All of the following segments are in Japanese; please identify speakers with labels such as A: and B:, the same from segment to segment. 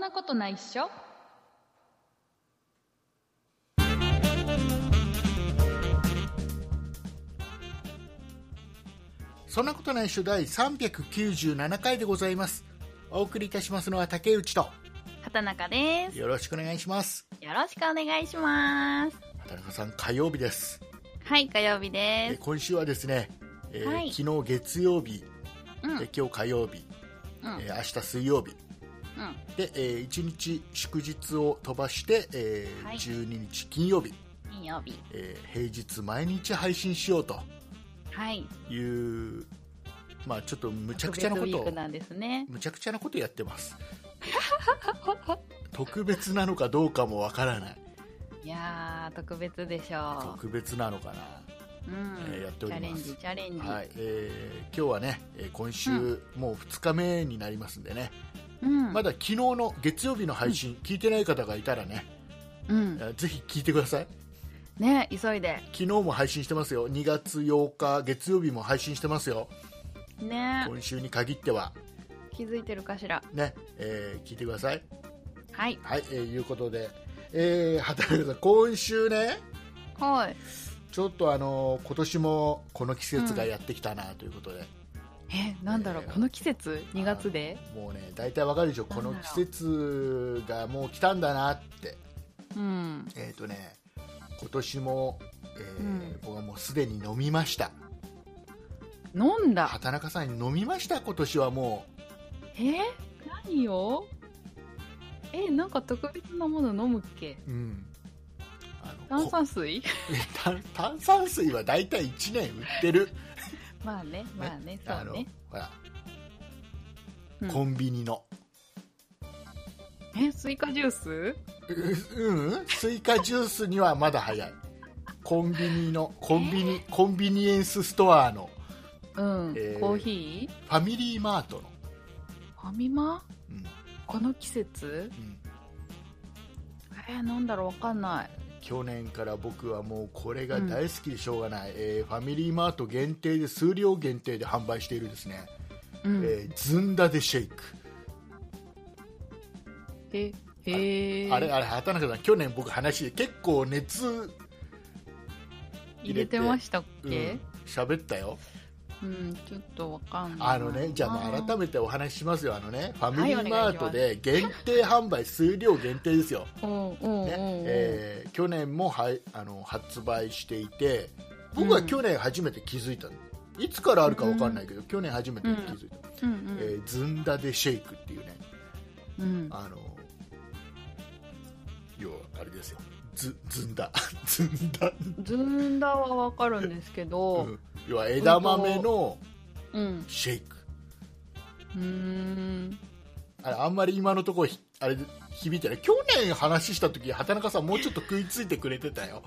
A: なことないっしょ
B: そんなことないっしょ第397回でございますお送りいたしますのは竹内と
A: 畑中です
B: よろしくお願いします
A: よろしくお願いします
B: 畑中さん火曜日です
A: はい火曜日
B: え
A: です
B: 今週はですね、えー
A: はい
B: 昨日月曜日、
A: うん
B: で今日火曜日、
A: うん
B: えー明日水曜日
A: うん
B: で、え1日祝日を飛ばして、えー
A: はい
B: 12日金曜日、
A: 金曜日
B: えー平日毎日配信しようと
A: はい
B: いうまあちょっとむちゃ
A: 特
B: くちゃ
A: 別
B: なこ
A: ウィ
B: と
A: ーク
B: を
A: なんですね
B: むちゃくちゃなことやってます 特別なのかどうかもわからない
A: いやー特別でしょ
B: 特別なのか
A: う、う
B: えー
A: ん
B: やっ、
A: チ
B: てお
A: ャ
B: り
A: レン
B: ます
A: ジチャレンジ、
B: な、はいえー今日はねえー今週、もう2日目になりますんでね、
A: うん
B: まだ昨日の月曜日の配信、聞いてない方がいたらね、
A: うん
B: えーぜひ聞いてください
A: ね急いで
B: 昨日も配信してますよ2月8日月曜日も配信してますよ
A: ね
B: 今週に限っては
A: 気づいてるかしら
B: ね、えー聞いてください
A: はい
B: はい、えーいうことで、えー、畑中さん今週ね
A: はい
B: ちょっとあのー今年もこの季節がやってきたなということで、
A: えなんだろう、
B: えー
A: この季節2月で
B: もうね大体わかるでしょこの季節がもう来たんだなって
A: うん
B: えっ、とね今年も、えー
A: うん
B: 僕はもうすでに飲みました
A: 飲んだ
B: 畑中さん飲みました今年はも
A: えー、何よえーなんか特別なもの飲むっけ
B: う、うん、あの
A: 炭
B: こ
A: 酸 水
B: 炭炭酸水は大体1年売ってる
A: まあねまあね
B: あ
A: そう
B: の
A: ね
B: ほら、
A: うん
B: コンビニの
A: えスイカジュース
B: ううんスイカジュースにはまだ早 いコンビニのコンビニ、コンビニエンスストアの
A: うん、
B: えー
A: コーヒー
B: ファミリーマートの、
A: ファミマ
B: うん
A: この季節
B: うん
A: えー、なんだろうわかんない
B: 去年から僕はもうこれが大好きでしょうがない、えーファミリーマート限定で数量限定で販売しているですね、
A: うん
B: えーずんだでシェイク、
A: えへえ
B: あれあれ畑中さん去年僕話で結構熱
A: 入れてましたっ
B: うん
A: け
B: 喋、ったよ
A: うん、ちょっとわかんない
B: あのねじゃあもう改めてお話ししますよあのねファミリーマート
A: は
B: で限定販売数量限定ですよ、
A: うんうんうんうん、
B: ねえー去年もはいあの発売していて僕は去年初めて気づいたの、いつからあるか分かんないけど、去年初めて気づいた、
A: うん
B: えーずんだでシェイクっていうね
A: うんうん
B: あの要はあれですよずずんだ ずんだ、
A: ずんだはわかるんですけ
B: う
A: ど、
B: ん要は枝豆の
A: うん、
B: シェイク
A: うーん、
B: あれあんまり今のところひあれ響いてない去年話した時畑中さんもうちょっと食いついてくれてたよ、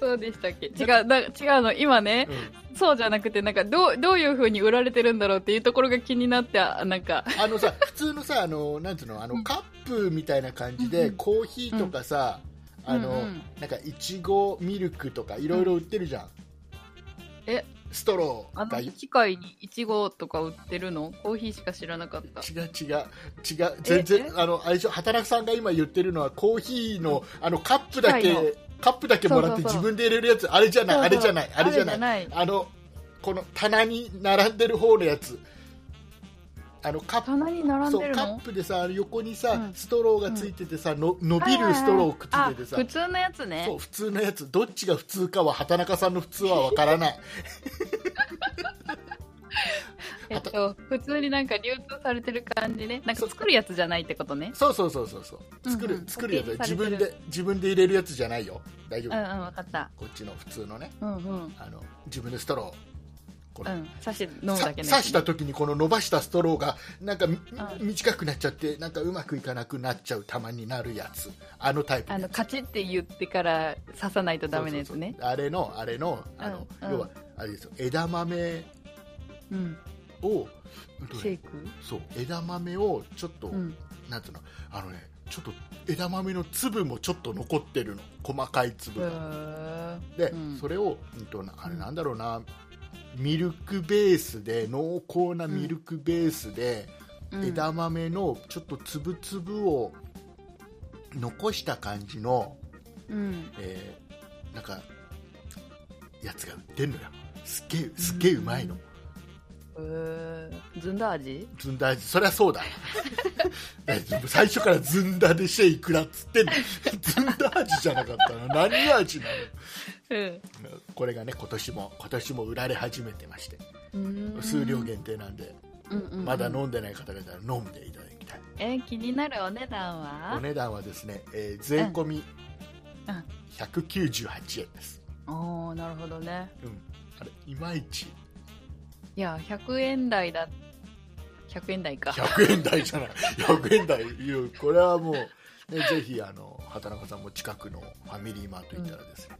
A: そうでしたっけ違う、だ違うの、今ね、
B: うん
A: そうじゃなくて、なんか、どう、どういう風に売られてるんだろうっていうところが気になって、あなんか、
B: あの さ普通のさあのなんつうのあのカップみたいな感じ
A: うん
B: で
A: うん
B: コーヒーとかさ、あの、
A: うんうん
B: なんかいちごミルクとかいろいろ売ってるじゃん、
A: え
B: ストロ
A: あ
B: ーが
A: の、
B: 違う
A: 機械にイチゴとか売ってるのコーヒーしか知らなかった。
B: 違う違う全
A: え
B: 然あのあれでしょ畑中さんが今言ってるのはコーヒーのあのカップだ
A: 機
B: け
A: 械の
B: カップだけもらって
A: そうそうそう
B: 自分で入れるやつあれじゃないあれじゃない
A: そうそう
B: あれじゃない
A: ない。
B: あのこの棚に並んでる方のやつあのカップ
A: 棚に並ん
B: そ
A: で
B: う
A: る
B: カッ
A: の
B: プでさ横にさ、
A: うん
B: ストローがついててさ、の伸びるストローをくっつ
A: あ
B: けてさ、
A: 普通のやつね
B: そう。普通のやつどっちが普通かは畑中さんの普通はわから ない
A: えっと、普通になんか流通されてる感じね。なんか作るやつじゃないってことね。
B: そうそうそうそうそう作る、
A: うんうん
B: 作るやつ
A: コピーさ
B: 自
A: れてる
B: 分で自分で入れるやつじゃないよ大丈
A: うん
B: 夫、
A: うん、わかった。
B: こっちの普通のね
A: うんうん。
B: あの自分でストローこ
A: う
B: の、
A: ん、刺して飲む
B: さ
A: だけ
B: 刺
A: ね。
B: した時にこの伸ばしたストローがなんかみ、
A: う
B: 短くなっちゃってなんかうまくいかなくなっちゃうたまになるやつあのタイプ
A: あの、カチって言ってから刺さないとダメなやつね
B: そう。そうそうあれのあれのあの、
A: うん
B: 要はあれですよ枝豆
A: うん。
B: を
A: シェイク
B: そう枝豆をちょっと、
A: うん。
B: なんていうのあのねちょっと枝豆の粒もちょっと残ってるの細かい粒
A: う
B: が、
A: ーん
B: で、
A: うん
B: それを、うんと、なあれなんだろうな、ミルクベースで濃厚なミルクベースで、
A: うん
B: 枝豆のちょっと粒々を残した感じの、
A: うん。
B: えーなんかやつが売ってんのよすっげえすっげえうまいの、
A: えー、ずんだ味
B: ずんだそりゃそう だ最初からずんだでシェイクラっつってんのずんだ味じゃなかったの何味な
A: うん。
B: のこれがね今年も今年も売られ始めてまして
A: うん
B: 数量限定なんで、
A: うんうんうん
B: まだ飲んでない方がいたら飲んでいただきたい
A: えー気になるお値段
B: お
A: は
B: 値段はですね、えー税込み
A: うんうん
B: 198円です、
A: おーなるほどね
B: うん、あれいまいち
A: いや100円台だ100円台か
B: 100円台じゃない100円台いうこれはもう、ね、ぜひあの畑中さんも近くのファミリーマート行ったらですね、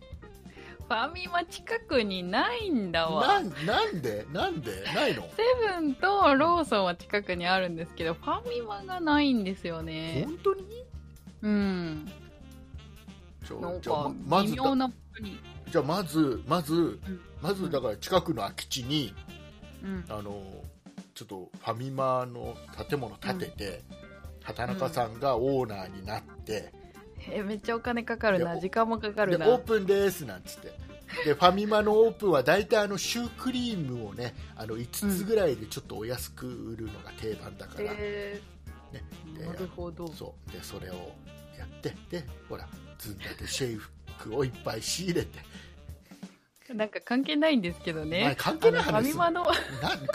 A: ファミマ近くにないんだ
B: な
A: わ
B: んなんでなんでないの
A: セブンとローソンは近くにあるんですけどファミマがないんですよね
B: 本当に
A: うん
B: ちょ
A: なん
B: じゃあ
A: か
B: まま
A: 微
B: ず
A: 妙
B: だ
A: なことに
B: じゃあまずまず
A: ん
B: まずだから近くの空き地に
A: うん
B: あのちょっとファミマの建物建てて、畑中さんがオーナーになって、
A: えめっちゃお金かかる
B: いや
A: な
B: お
A: 時間もかか
B: で
A: る
B: オ
A: な
B: ープンですなんつってでファミマのオープンは大体あのシュークリームをねあの5つぐらいでちょっとお安く売るのが定番だから、
A: えー
B: ねで
A: なるほど
B: そうでそれをやってでほらずんだでシェイクをいっぱい仕入れて
A: なんか関係ないんですけど
B: お前
A: ね
B: 関係ない
A: あのファ
B: 話
A: ミ
B: するな
A: マの
B: 関係ない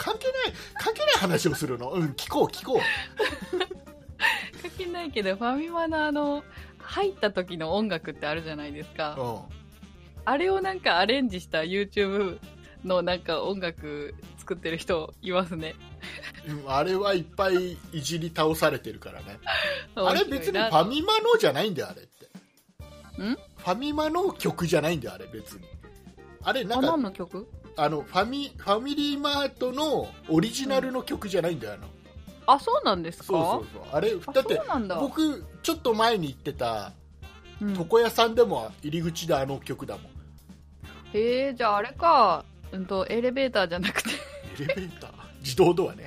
B: 関係ない話をするのうん聞こう聞こ
A: 関係ないけどファミマのあの入った時の音楽ってあるじゃないですか
B: う、
A: あれをなんかアレンジした YouTube のなんか音楽作ってる人いますね。
B: うんうん、あれはいっぱいいじり倒されてるからねあれ別にフ
A: 面白いな
B: ァミマのじゃないんだよあれって
A: ん
B: ファミマの曲じゃないんだよあれ別にあれな
A: あ
B: んか
A: 何の曲
B: あのファミファミリーマートのオリジナルの曲じゃないんだよ、あの
A: あ、そうなんですか
B: そうそうそうあれだって
A: あそうなんだ
B: 僕ちょっと前に行ってた
A: うん
B: 床屋さんでも入り口であの曲だもん、
A: へえ、じゃああれか。うんと、エレベーターじゃなくて。
B: エレベーター自動ドアね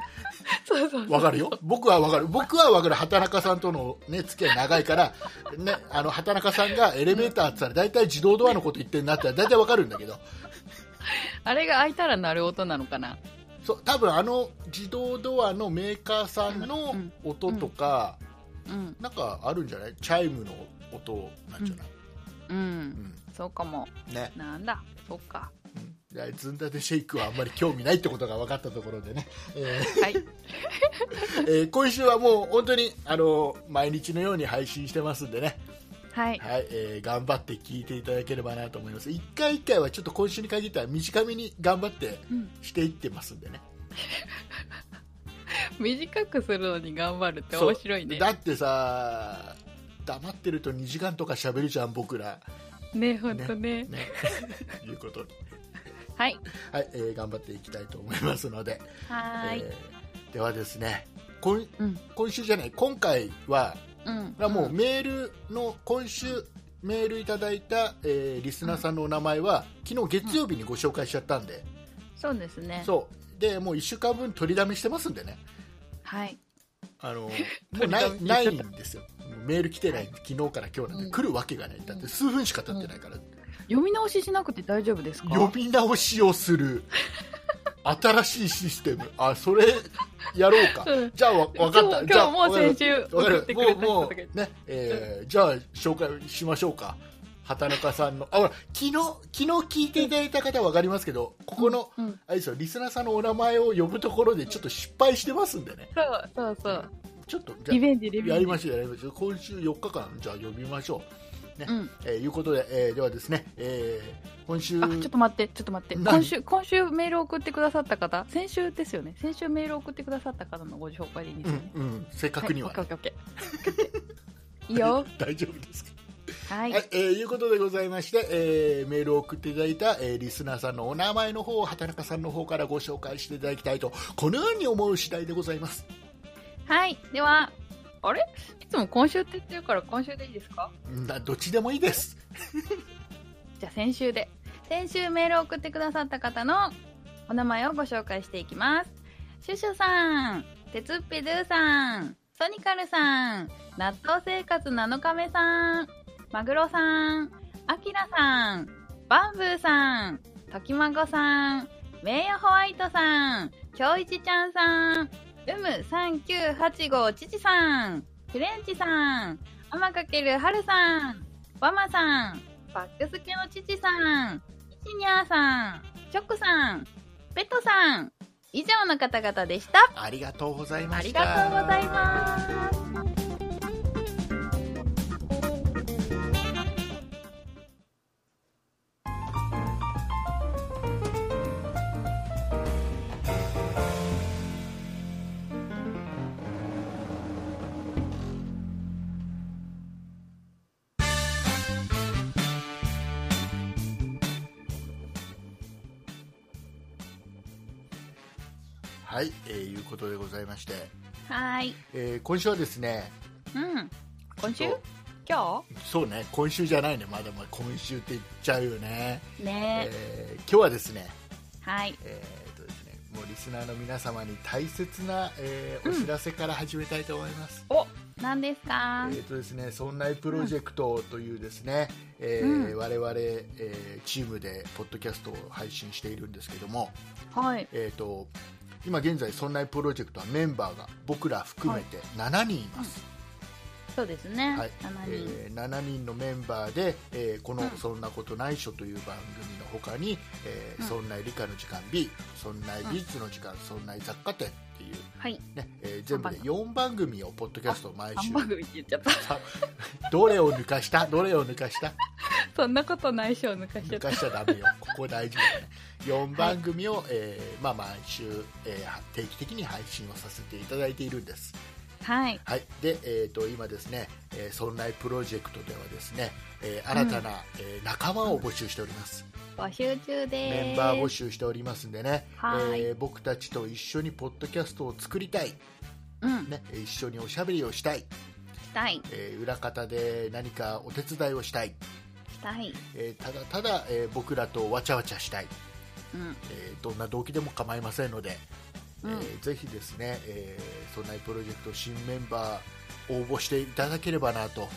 A: そうそうそう。
B: わ かるよ僕はわかる僕はわかる畑中さんとの、ね、付き合い長いから、ね、あの畑中さんがエレベーターって言ったら大体自動ドアのこと言ってるなって大体わかるんだけど
A: あれが開いたら鳴る音なのかな。
B: そう多分あの自動ドアのメーカーさんの音とか、
A: うん。
B: なんかあるんじゃないチャイムの音なんじゃない、
A: う。
B: うんん
A: そうかも。
B: ね
A: なんだ。そっか。
B: うんでずんだてシェイクはあんまり興味ないってことが分かったところでね、え
A: はい。
B: ーえー今週はもう本当にあの毎日のように配信してますんでね、
A: はい。
B: はいえー頑張って聞いていただければなと思います一回一回はちょっと今週に限っては短めに頑張って
A: うん
B: していってますんでね
A: 短くするのに頑張るって面白いね
B: そう。だってさ黙ってると2時間とか喋るじゃん僕ら
A: ね、ほんとね。
B: ね いうことで、
A: はい。
B: はいえー頑張っていきたいと思いますので
A: はーい。
B: えーではですね今
A: うん
B: 今週じゃない今回は
A: うん。
B: もうメールの今週メールいただいた、えーリスナーさんのお名前は昨日月曜日にご紹介しちゃったんで、
A: そうですね。
B: そうでもう1週間分取りだめしてますんでね
A: はい。
B: あのもう
A: 取り
B: な
A: だ
B: い
A: め
B: ないんですよメール来てない昨日から今日なんで、
A: うん
B: 来るわけがないだって数分しか経ってないから、
A: 読み直ししなくて大丈夫ですか
B: 呼び直しを する新しいシステムあそれやろうか
A: うん
B: じゃあわ分かった
A: 今日
B: じゃあ
A: 今日もう先週
B: わか
A: 送
B: る
A: ってく
B: も
A: れ
B: う
A: た人
B: も
A: とか言っ
B: うね、えーじゃあ紹介しましょうか畑中さんのあほら昨日昨日聞いていただいた方は分かりますけどここの、
A: うん
B: あれですよリスナーさんのお名前を呼ぶところでちょっと失敗してますんでね
A: そうそうそう
B: ちょっとじ
A: リ
B: ゃ
A: ベンジリベ
B: あ
A: ンジ
B: やりましょうやりましょう今週4日間じゃあ呼びましょうね、
A: うん
B: えーいうことで、えーではですね、えー今週
A: あちょっと待ってちょっと待って
B: 何
A: 今週今週メール送ってくださった方先週ですよね先週メール送ってくださった方のご紹介でいいですよね、
B: うんうん、正確には、
A: い、オッケーオッケーオッケーいいよ
B: 大丈夫ですか
A: は
B: はい、
A: い
B: えーいうことでございまして、えーメールを送っていただいた、えーリスナーさんのお名前の方を畑中さんの方からご紹介していただきたいとこのように思う次第でございます
A: はいではあれいつも今週って言ってるから今週でいいですか
B: などっちでもいいです
A: じゃあ先週で先週メールを送ってくださった方のお名前をご紹介していきますシュシュさん鉄っぴずーさんトニカルさん、納豆生活7日目さん、マグロさん、アキラさん、バンブーさん、ときまごさん、名誉ホワイトさん、京一ちゃんさん、うむ3985ちちさん、フレンチさん、あまかけるはるさん、わまさん、バックスケのちちさん、いちにゃーさん、チョクさん、ペトさん、以上の方々でした。
B: ありがとうございま
A: あり
B: し
A: が
B: た
A: とうございます。
B: はい、えーいうことでございまして、
A: はーい。
B: えー今週はですね
A: うん。今週
B: ちょっ
A: 今
B: そうね今週じゃないねまだまだ今週って言っちゃうよね、
A: 日ね
B: えー今日はですね,、
A: はい。
B: えーとですねもうリスナーの皆様に大切な、えーお知らせから始めたいと思います、
A: お、何ですか
B: えーとですね、そんなプロジェクトというですね、えー
A: うん
B: 我々、えーチームでポッドキャストを配信しているんですけども、
A: はい。
B: えー、と今現在そんなプロジェクトはメンバーが僕ら含めて7人います、
A: そうですね。
B: はい
A: 7人。
B: えー7人のメンバーで、えーこの
A: うん
B: 「そんなことないっしょ」という番組の他に「えー
A: うん
B: そんな理科の時間 B」「そんな美術の時間」そんな雑貨店」っていう、
A: はい。
B: ねえー全部で4番組をポッドキャストを毎
C: ハ
B: 週
C: ンバーグって言っちゃった。
B: どれを抜かしたどれを抜かした
C: そんなことないしょ、抜か しちゃ
B: 抜
C: った。
B: かしちゃダメよ、ここ大事だよね、4番組を、えーまあ、毎週、えー定期的に配信をさせていただいているんです、
A: はい。
B: はいでえー、と今ですね、えー、そんなプロジェクトではですね、えー新たな、えー仲間を募集しております、
A: 募集中です。
B: メンバー募集しておりますんでね、
A: はい
B: えー僕たちと一緒にポッドキャストを作りたい、
A: うん。
B: ね、一緒におしゃべりをしたい、
A: したい。
B: えー裏方で何かお手伝いをしたい、
A: したい。
B: えーただただ、えー僕らとわちゃわちゃしたい
A: うん。
B: えーどんな動機でも構いませんので、
A: うん
B: えーぜひですね、えー、そんなプロジェクト新メンバー応募していただければなと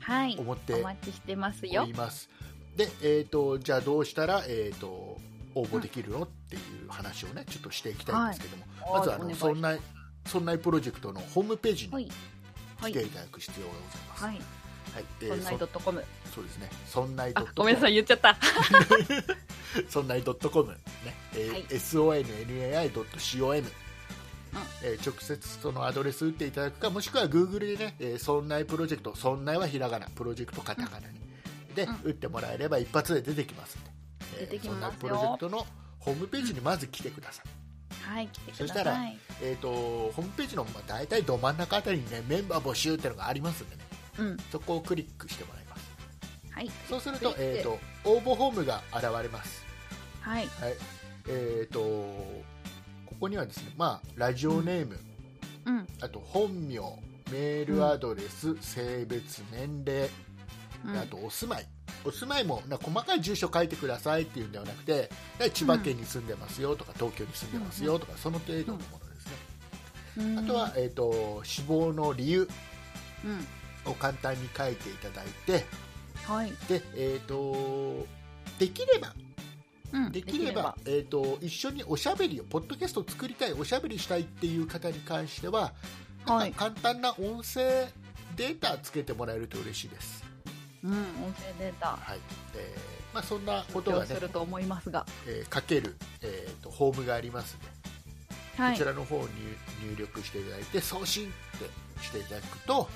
A: はい。
B: 思って
A: お
B: お
A: 待ちしてますよ
B: り。ますで、えー、とじゃあどうしたら、えー、と応募できるのっていう話をねちょっとしていきたいんですけども、
A: はい
B: まずはあ
A: お願
B: の
A: い
B: そんなそんなプロジェクトのホームページ
A: は
B: に
A: い。は
B: 来
A: い
B: て。いただく必要がございます、
A: はい。
B: はいえ
A: こん
B: ー
A: ない .com。
B: そそうですねそんない
C: あ、ごめんなさい、言っちゃった。
B: そんない .com、ねえー
A: はい
B: sonnai.com、えー直接そのアドレス打っていただくかもしくは Google でね、えー、そんないプロジェクトそんないはひらがなプロジェクトカタカナに、で、
A: うん
B: 打ってもらえれば一発で出てきますんで、えー
A: 出てきますよ
B: そんなプロジェクトのホームページにまず来てください、
A: はい。来て
B: そ
A: く
B: し
A: だ
B: たら
A: さい。
B: えー、とホームページのまあ大体ど真ん中あたりにねメンバー募集っていうのがありますんでね
A: うん。
B: そこをクリックしてもらいます
A: はい。
B: そうすると,、
A: クリック
B: えー、と応募フォームが現れます
A: はい。
B: はい、えー、とここにはですね、まあ、ラジオネーム、
A: うん。
B: あと本名メールアドレス、性別年齢、
A: うん。
B: あとお住まいお住まいもな細かい住所書いてくださいっていうんではなくてだ千葉県に住んでますよとか、東京に住んでますよとか、その程度のものです
A: う
B: ね、
A: ん
B: あとは、、えー、と死亡の理由
A: うん。
B: を簡単に書いていただいて
A: はい。
B: で,、えー、とできれば
A: うん。
B: できれば、えー、と一緒におしゃべりをポッドキャストを作りたいおしゃべりしたいっていう方に関しては、
A: は
B: なん
A: い
B: か簡単な音声データつけてもらえると嬉しいです、
A: うん。音声データ。
B: はいえーまあ、そんなこと
A: ど
B: が
A: う
B: ね
A: す、ると思いますが。
B: えーかける、えー、とホームがありますので、
A: は
B: こ
A: い
B: ち。らの方を入入力していただいて送信ってしていただくと、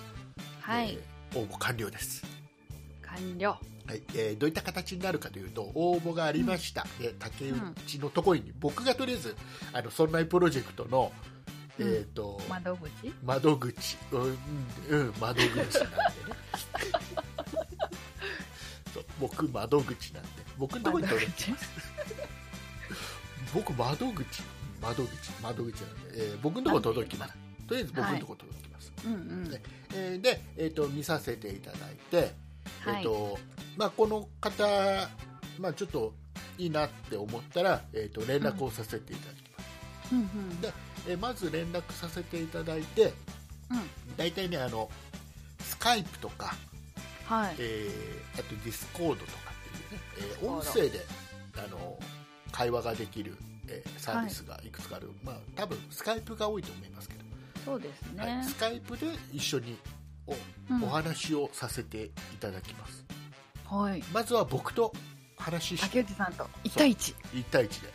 A: はい。
B: えー応募完了です
A: 完了。
B: はいえーどういった形になるかというと応募がありました、えー竹内のところに僕がとりあえずあのそんなプロジェクトの、
A: うん
B: えーと
A: 窓口
B: 窓口うん、うん、窓 口なんでねそう僕窓口なんで僕のところに届きます僕窓口窓口窓口なんで、えー僕のところに届きますとりあえず僕のところに届きます、
A: うんうん。
B: えーで、えー、と見させていただいて、
A: は
B: えっ
A: い。
B: とまあ、この方、まあ、ちょっといいなって思ったら、えっと連絡をさせていただきます、
A: うんうん
B: でえまず連絡させていただいて、大体ねあのスカイプとか、
A: はい。
B: えーあとディスコードとかっていうね、えー音声であの会話ができる、えーサービスがいくつかある、まあ、多分スカイプが多いと思いますけど、
A: そうです
B: はい、
A: ね
B: ス。カイプで一緒にお
A: うん
B: お話をさせていただきます、
A: はい。
B: まずは僕と話し
A: 竹内さんと一対一。
B: 1対1で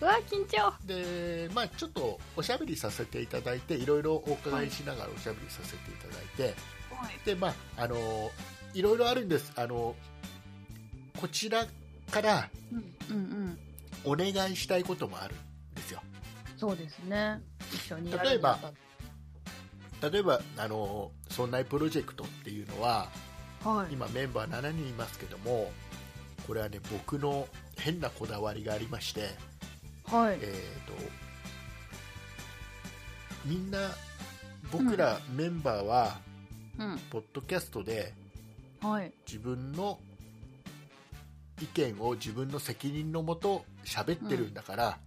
A: うわ、緊張。
B: で、まあ、ちょっとおしゃべりさせていただいていろいろお伺いしながらおしゃべりさせていただいて、
A: はい。
B: でまああのいろいろあるんですあのこちらから
A: うんうん。
B: お願いしたいこともあるんですよ
A: そうですね。一緒にやる
B: 例えば
A: んだっ
B: 例えばあのそんなプロジェクトっていうのは
A: たらはい。
B: 今メンバー7人いますけどもこれはね僕の変なこだわりがありまして
A: はい。
B: えー、とみんな僕らメンバーは、
A: うん。
B: ポッドキャストで
A: はい。
B: 自分の意見を自分の責任のもと喋ってるんだから、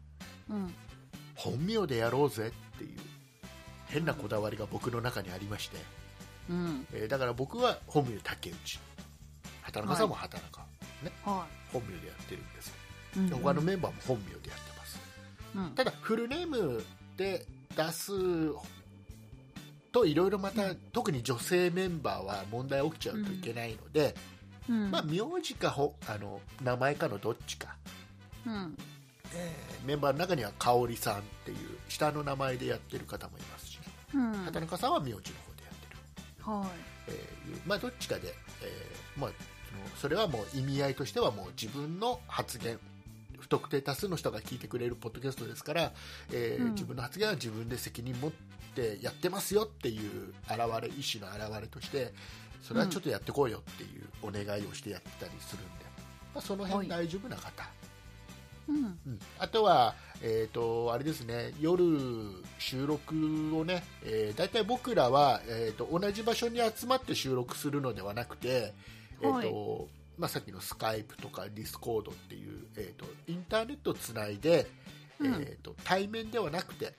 A: うん。
B: 本名でやろうぜっていう変なこだわりが僕の中にありまして、
A: うん。
B: えーだから僕は本名竹内畑中さんも畑中、
A: は
B: 本名でやってるんですよ
A: い。うん
B: で他のメンバーも本名でやってます
A: うん。
B: ただフルネームで出すといろいろまた、
A: うん
B: 特に女性メンバーは問題起きちゃうといけないので、
A: うん。
B: まあ、名字かほあの名前かのどっちか、
A: うん。
B: えーメンバーの中には香織さんっていう下の名前でやってる方もいますしね、
A: うん。
B: 畑中さんは名字の方でやってる、
A: は
B: えーいうまあ、どっちかで、えーまあ、そのそれはもう意味合いとしてはもう自分の発言不特定多数の人が聞いてくれるポッドキャストですから、えー
A: うん
B: 自分の発言は自分で責任持ってやってますよっていう現れ意思の表れとしてそれはちょっとやってこうよっていうお願いをしてやったりするんで、まあ、その辺大丈夫な方、
A: い。うん。
B: うん、あとは、えー、とあれですね夜収録をね、えー、大体僕らは、えー、と同じ場所に集まって収録するのではなくて、えーとまあ、さっきのスカイプとかディスコードっていう、えー、とインターネットをつないで、
A: うん
B: えー、と対面ではなくて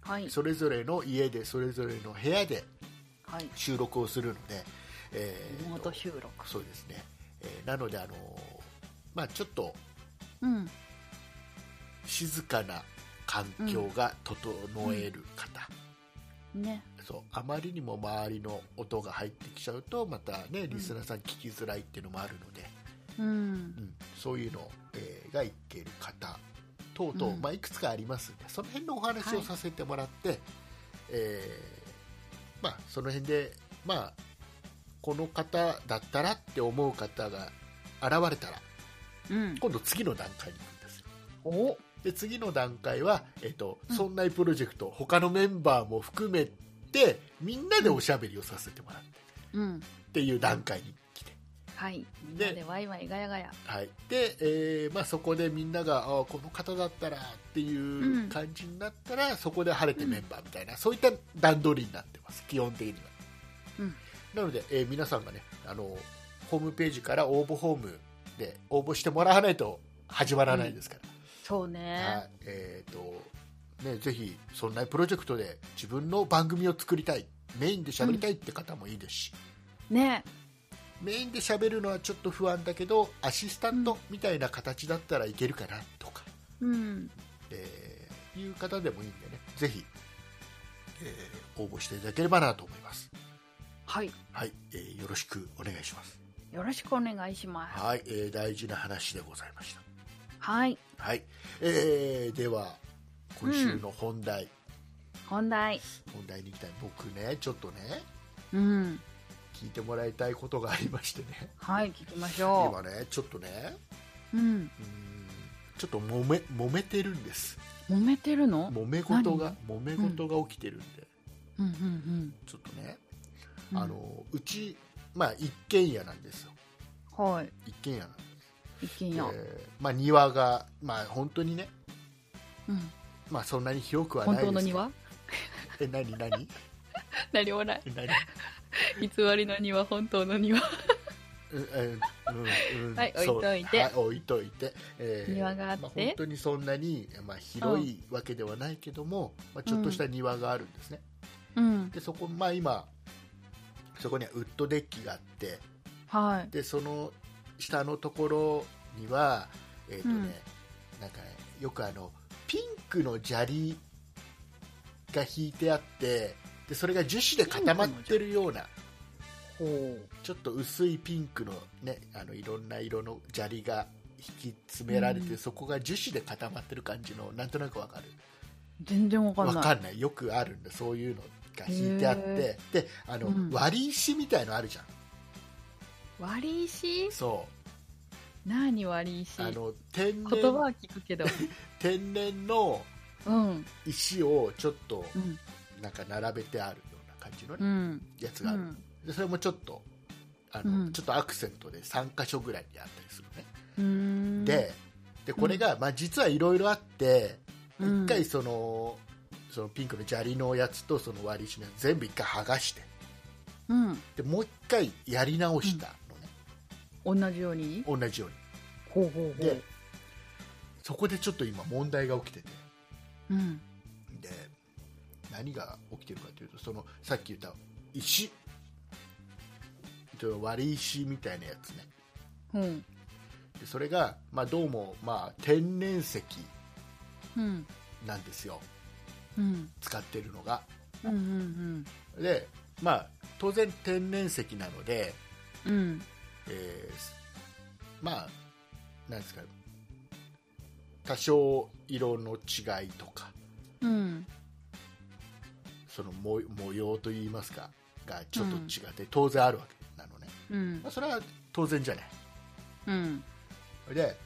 A: はい。
B: それぞれの家でそれぞれの部屋で
A: はい。
B: 収録をするので、え
A: リモ
B: ー
A: ー
B: と
A: ト収録。
B: そうですね、えーなので、あのーまあ、ちょっと
A: うん。
B: 静かな環境が整える方、
A: ね。
B: そうあまりにも周りの音が入ってきちゃうとまたねリスナーさん聞きづらいっていうのもあるので、
A: うん
B: う。んそういうの、えーがいける方等々、
A: うん
B: まあ、いくつかありますんでその辺のお話をさせてもらって、えーまあ、その辺で、まあ、この方だったらって思う方が現れたら
A: うん。
B: 今度次の段階に行くんですよ
A: お
B: で次の段階は、えっと
A: うん
B: そんなプロジェクト他のメンバーも含めてみんなでおしゃべりをさせてもらって、
A: うん。
B: っていう段階に来て、
A: はい。みん
B: で
A: なでワイワイガヤガヤ。
B: はい、で、えーまあ、そこでみんながあーこの方だったらっていううん感じになったら、そこで晴れてメンバーみたいな、そういった段取りになってます基本的には、
A: うん
B: なので、えー皆さんがねあのホームページから応募フォームで応募してもらわないと始まらないですから、
A: そう
B: は
A: ね。
B: い、えっ、と、ね、ぜひ、そんなプロジェクトで自分の番組を作りたい、メインで喋りたいって方もいいですし、
A: ね。
B: メインで喋るのはちょっと不安だけど、アシスタン
A: うん
B: トみたいな形だったらいけるかなとか、
A: うん。
B: えーいう方でもいいんでね、ぜひ、えー応募していただければなと思います。
A: はい。
B: はい、えーよろしくお願いします。
A: よろしくお願いします。
B: はい、えー大事な話でございました。
A: はい。
B: はい、えーでは、今週の本題、
A: 本題。
B: 本題に行きたい僕ねちょっとね
A: うん。
B: 聞いてもらいたいことがありましてね
A: はい。聞きましょ
B: 今ねちょっとね
A: う。うん。
B: うーんちょっと揉め揉めてるんです
A: 揉めてるの
B: 揉め事が揉め事が起きてるんで、
A: うんうん
B: ちょっとね、
A: うん。
B: あのうちまあ一軒家なんですよ
A: うん。はい。
B: 一軒家なんで
A: 一軒家。
B: えーまあ庭がまあ本当にね
A: うん。
B: まあそんなに広くはない
C: 本
B: ですけ
C: 当
B: ど
C: の庭
B: え何何何
C: 何もない。
B: え
C: 偽りの庭、本当の庭。
B: うんうんうん
C: はい
B: そう
C: 置いといて
B: は置いといて、え
C: 庭があって
B: ま本当にそんなに、まあ、広いわけではないけども、まあ、ちょっとした庭があるんですね、
A: うん。
B: でそこ、まあ、今そこにはウッドデッキがあって
A: はい。
B: でその下のところにはえっ、とね、なんかねよくあのピンクの砂利が引いてあってでそれが樹脂で固まってるような
C: ほ
B: ちょっと薄いピンクのねあのいろんな色の砂利が引き詰められて、
A: うん
B: そこが樹脂で固まってる感じのなんとなくわかる
A: 全然わかん
B: わ
A: ない。
B: かんないよくあるんだそういうのが引いてあって
A: へ
B: であの、
A: うん
B: 割り石みたいのあるじゃん
C: 割り石
B: そ
C: 何割り石
B: うあ
C: 言
B: の天
C: 葉
B: 然
C: は聞くけど。
B: 天然の
C: うん。
B: 石をちょっと
A: うん。
B: なんか並べてあるような感じのね、
A: うん。
B: やつ
A: う
B: がある、
A: ん。
B: でそれもちょっとあ
A: う
B: の、
A: ん
B: ちょっとアクセントで3箇所ぐらいにあったりするね、
A: うーん、
B: ででこれが、まあ、実はいろいろあって一、
A: うん
B: 回そのそのピンクの砂利のやつとその割り締め全部一回剥がして
A: うん。
B: でもう一回やり直したのね、
A: 同じように
B: 同じように
A: ほうほう
B: でそこでちょっと今問題が起きてて
A: うん。
B: で何が起きてるかというとそのさっき言った石その割り石みたいなやつね
A: うん。
B: でそれが、まあ、どうも、まあ、天然石
A: うん。
B: なんですよ
A: うん。
B: 使ってるのが
A: うん。うん。
B: で、まあ、当然天然石なので、
A: うん。
B: えーまあなんですか多少色の違いとか
A: うん。
B: その模模様といいますかがちょっと違って当然あるわけなのね、
A: うん
B: まあ、。それは当然じゃない
A: うん。
B: で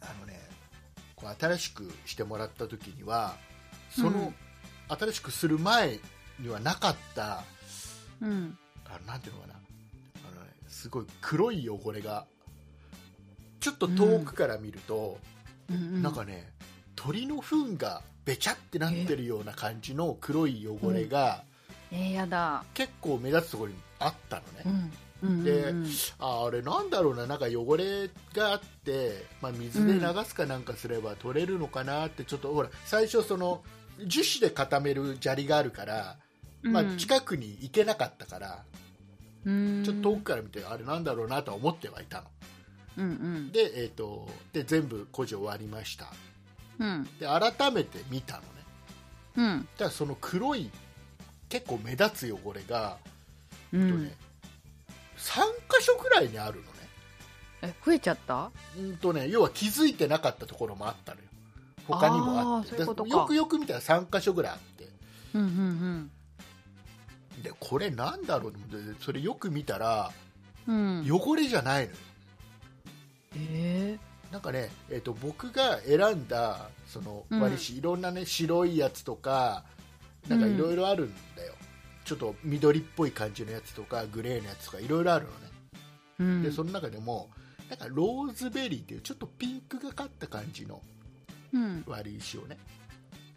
B: あのねこう新しくしてもらった時にはその、新しくする前にはなかった
A: うん。
B: あのなんていうのかなあの、ね、すごい黒い汚れがちょっと遠くから見ると、
A: うん。
B: なんかね鳥の糞がべちゃってなってるような感じの黒い汚れが
A: えー、やだ。
B: 結構目立つところにあったのね、
A: うん。うん。
B: で
A: うん
B: ああれなんだろうななんか汚れがあって、まあ、水で流すかなんかすれば取れるのかなってちょっとほら最初その樹脂で固める砂利があるから、
A: うん、
B: まあ、近くに行けなかったから、
A: うん、
B: ちょっと遠くから見てあれなんだろうなとは思ってはいたの
A: うんうん
B: で,、えー、とで全部工事終わりました
A: うん
B: で改めて見たのね
A: うん
B: だからその黒い結構目立つ汚れが、
A: う
B: えっ
A: ん
B: とね、3箇所くらいにあるのね
A: え増えちゃった
B: うんとね要は気づいてなかったところもあったのよ他にもあって
A: あーそういうことか
B: でよくよく見たら3箇所ぐらいあって
A: うんうん
B: でこれなんだろうと思ってそれよく見たら
A: うんうん
B: 汚れじゃないのよ
A: え
B: なんかね、えー、と僕が選んだその
A: うん
B: 割りし、いろんなね白いやつとかなんか
A: うん
B: いろいろあるんだよ、ちょっと緑っぽい感じのやつとかグレーのやつとかいろいろあるのね、
A: ーうん
B: でその中でもなんかローズベリーっていうちょっとピンクがかった感じの
A: うん
B: 割り石をね、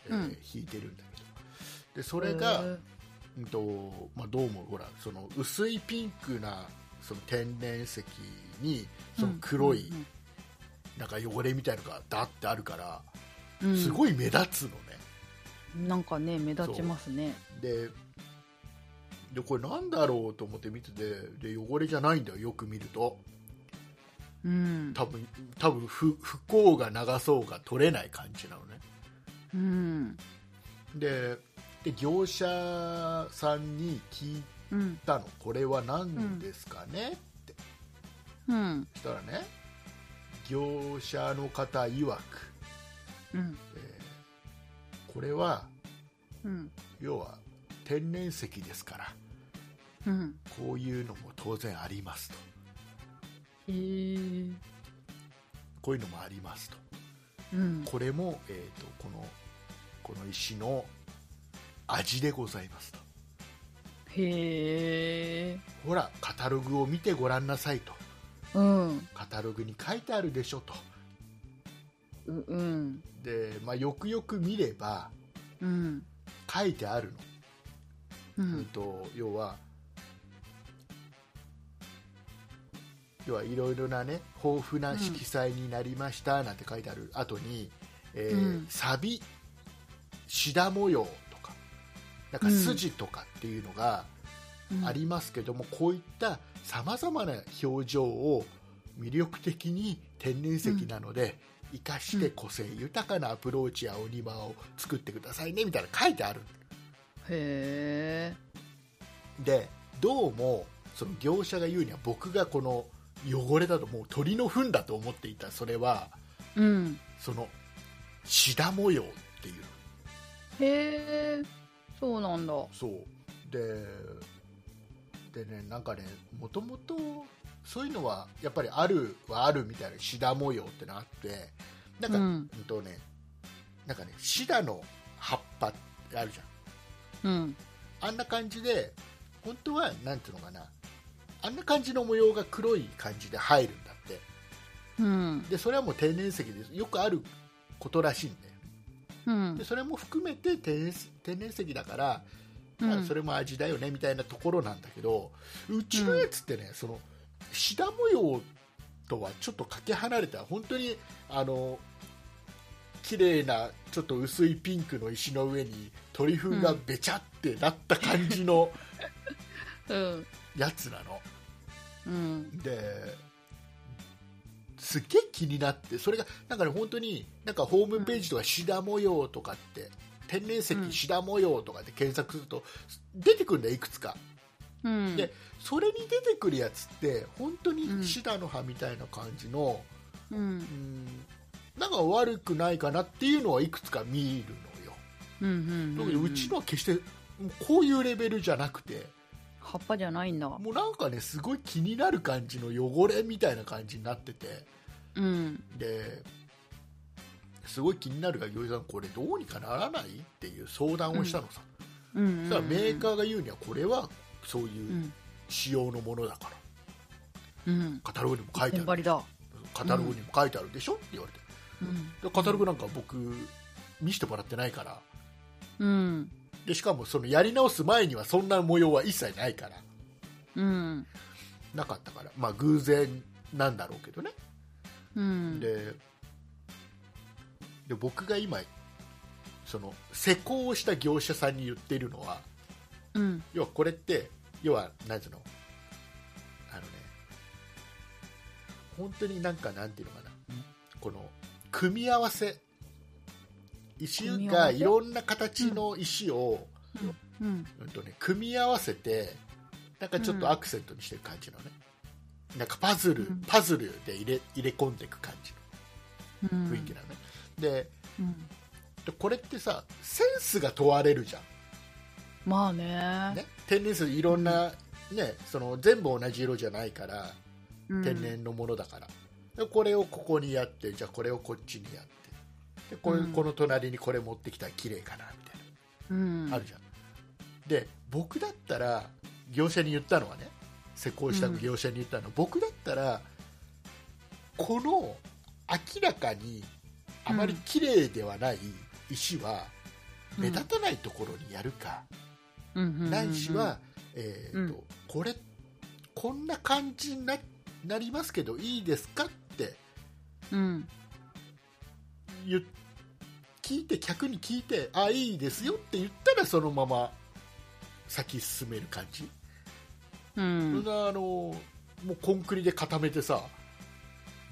B: え
A: うん
B: 引いてるんだけどでそれが、
A: え
B: うんとまあ、どうもほらその薄いピンクなその天然石に
A: ー
B: その黒い、
A: うん
B: なんか汚れみたいのがだってあるから、
A: うん
B: すごい目立つのね
A: なんかね目立ちますね
B: ででこれなんだろうと思って見ててで汚れじゃないんだよよく見ると
A: うん
B: 多分多分不不幸が長そうが取れない感じなのね
A: うん
B: でで業者さんに聞い
A: うん
B: たのこれは何ですかね、
A: うん
B: そしたらね業者の方曰く、
A: うん
B: えーこれは
A: うん
B: 要は天然石ですから
A: うん
B: こういうのも当然ありますと
A: えー
B: こういうのもありますと
A: うん
B: これも、えー、とこのこの石の味でございますと
A: へえ
B: ほらカタログを見てごらんなさいと
A: うん
B: カタログに書いてあるでしょと
A: ううん
B: で、まあ、よくよく見れば
A: うん
B: 書いてあるの、
A: う
B: うん、
A: ん
B: と要は要はいろいろなね豊富な色彩になりましたなんて書いてある後に、えー
A: うん
B: サビシダ模様とかなんか筋とかっていうのがありますけども、こういったさまざまな表情を魅力的に天然石なので、生かして個性豊かなアプローチやオニマを作ってくださいねみたいな書いてある
C: へえ
B: でどうもその業者が言うには僕がこの汚れだともう鳥の糞だと思っていたそれは
C: うん
B: そのシダ模様っていう
C: へえそうなんだ
B: そうででねなんかねもともとそういうのはやっぱりあるはあるみたいなシダ模様ってのあってなんか、
C: う
B: うんんとねなんかねシダの葉っぱってあるじゃん
C: うん
B: あんな感じで本当はなんていうのかなあんな感じの模様が黒い感じで入るんだって
C: うん
B: でそれはもう天然石でよくあることらしいんだよ
C: うん
B: でそれも含めて天然天然石だから、
C: うん
B: あそれも味だよねみたいなところなんだけどうちのやつってね、そのシダ模様とはちょっとかけ離れた本当にあの綺麗なちょっと薄いピンクの石の上に鳥風がべちゃってなった感じの
C: うん
B: やつなの。
C: うん
B: ですっげえ気になってそれがなんかね本当になんかホームページとかシダ模様とかって、天然石
C: うん
B: シダ模様とかで検索すると出てくるんだよいくつか
C: うん
B: でそれに出てくるやつって本当
C: うん
B: にシダの葉みたいな感じの、
C: うん
B: うん、なんか悪くないかなっていうのはいくつか見るのよ
C: うんうん
B: だ
C: う
B: け
C: んう
B: ど
C: ん
B: うちのは決してもうこういうレベルじゃなくて
C: 葉っぱじゃないんだ
B: もうなんかねすごい気になる感じの汚れみたいな感じになってて
C: うん
B: ですごい気になるが餃子さんこれどうにかならないっていう相談をしたのさ、
C: うんうん
B: そしたらメーカーが言うにはこれはそう
C: う
B: いうん仕様のものだから
C: うん
B: カタログにも書いて
C: テン
B: あ
C: パ
B: る
C: リだ
B: カタログにも書いてあるでしょって言われて
C: うん
B: でカタログなんか僕見せてもらってないから
C: うん
B: でしかもそのやり直す前にはそんな模様は一切ないから
C: うん
B: なかったからまあ偶然なんだろうけどね
C: うん
B: でで僕が今その施工をした業者さんに言っているのは
C: うん
B: 要はこれって要は何ていうのあのね本当になんかなんていうのかなこの組み合わせ石
C: 組み合わ
B: が
C: せ
B: いろんな形の石を、
C: うん
B: うんとね、組み合わせてなんかちょっとアクセントにしてる感じのね、なんかパズル
C: うん
B: パズルで入れ入れ込んでいく感じ
C: うん
B: の雰囲気なのね、で
C: うん
B: でこれってさセンスが問われるじゃん
C: まあね
B: ね、天然水いろんな、ね、その全部同じ色じゃないから
C: うん
B: 天然のものだから、でこれをここにやってじゃあこれをこっちにやってでこれ
C: うん
B: この隣にこれ持ってきたら綺麗かなみたい
C: うん
B: な、あるじゃんで僕だったら業者に言ったのはね施工した業者に言ったのは、僕だったらこの明らかにあまり綺麗ではない石は目立たないところにやるか、ないしは、えーと
C: う
B: これこんな感じにななりますけどいいですかって
C: うん
B: 言っ聞いて客に聞いてあいいですよって言ったらそのまま先進める感じ、
C: う
B: そん
C: ん
B: なあのもうコンクリで固めてさ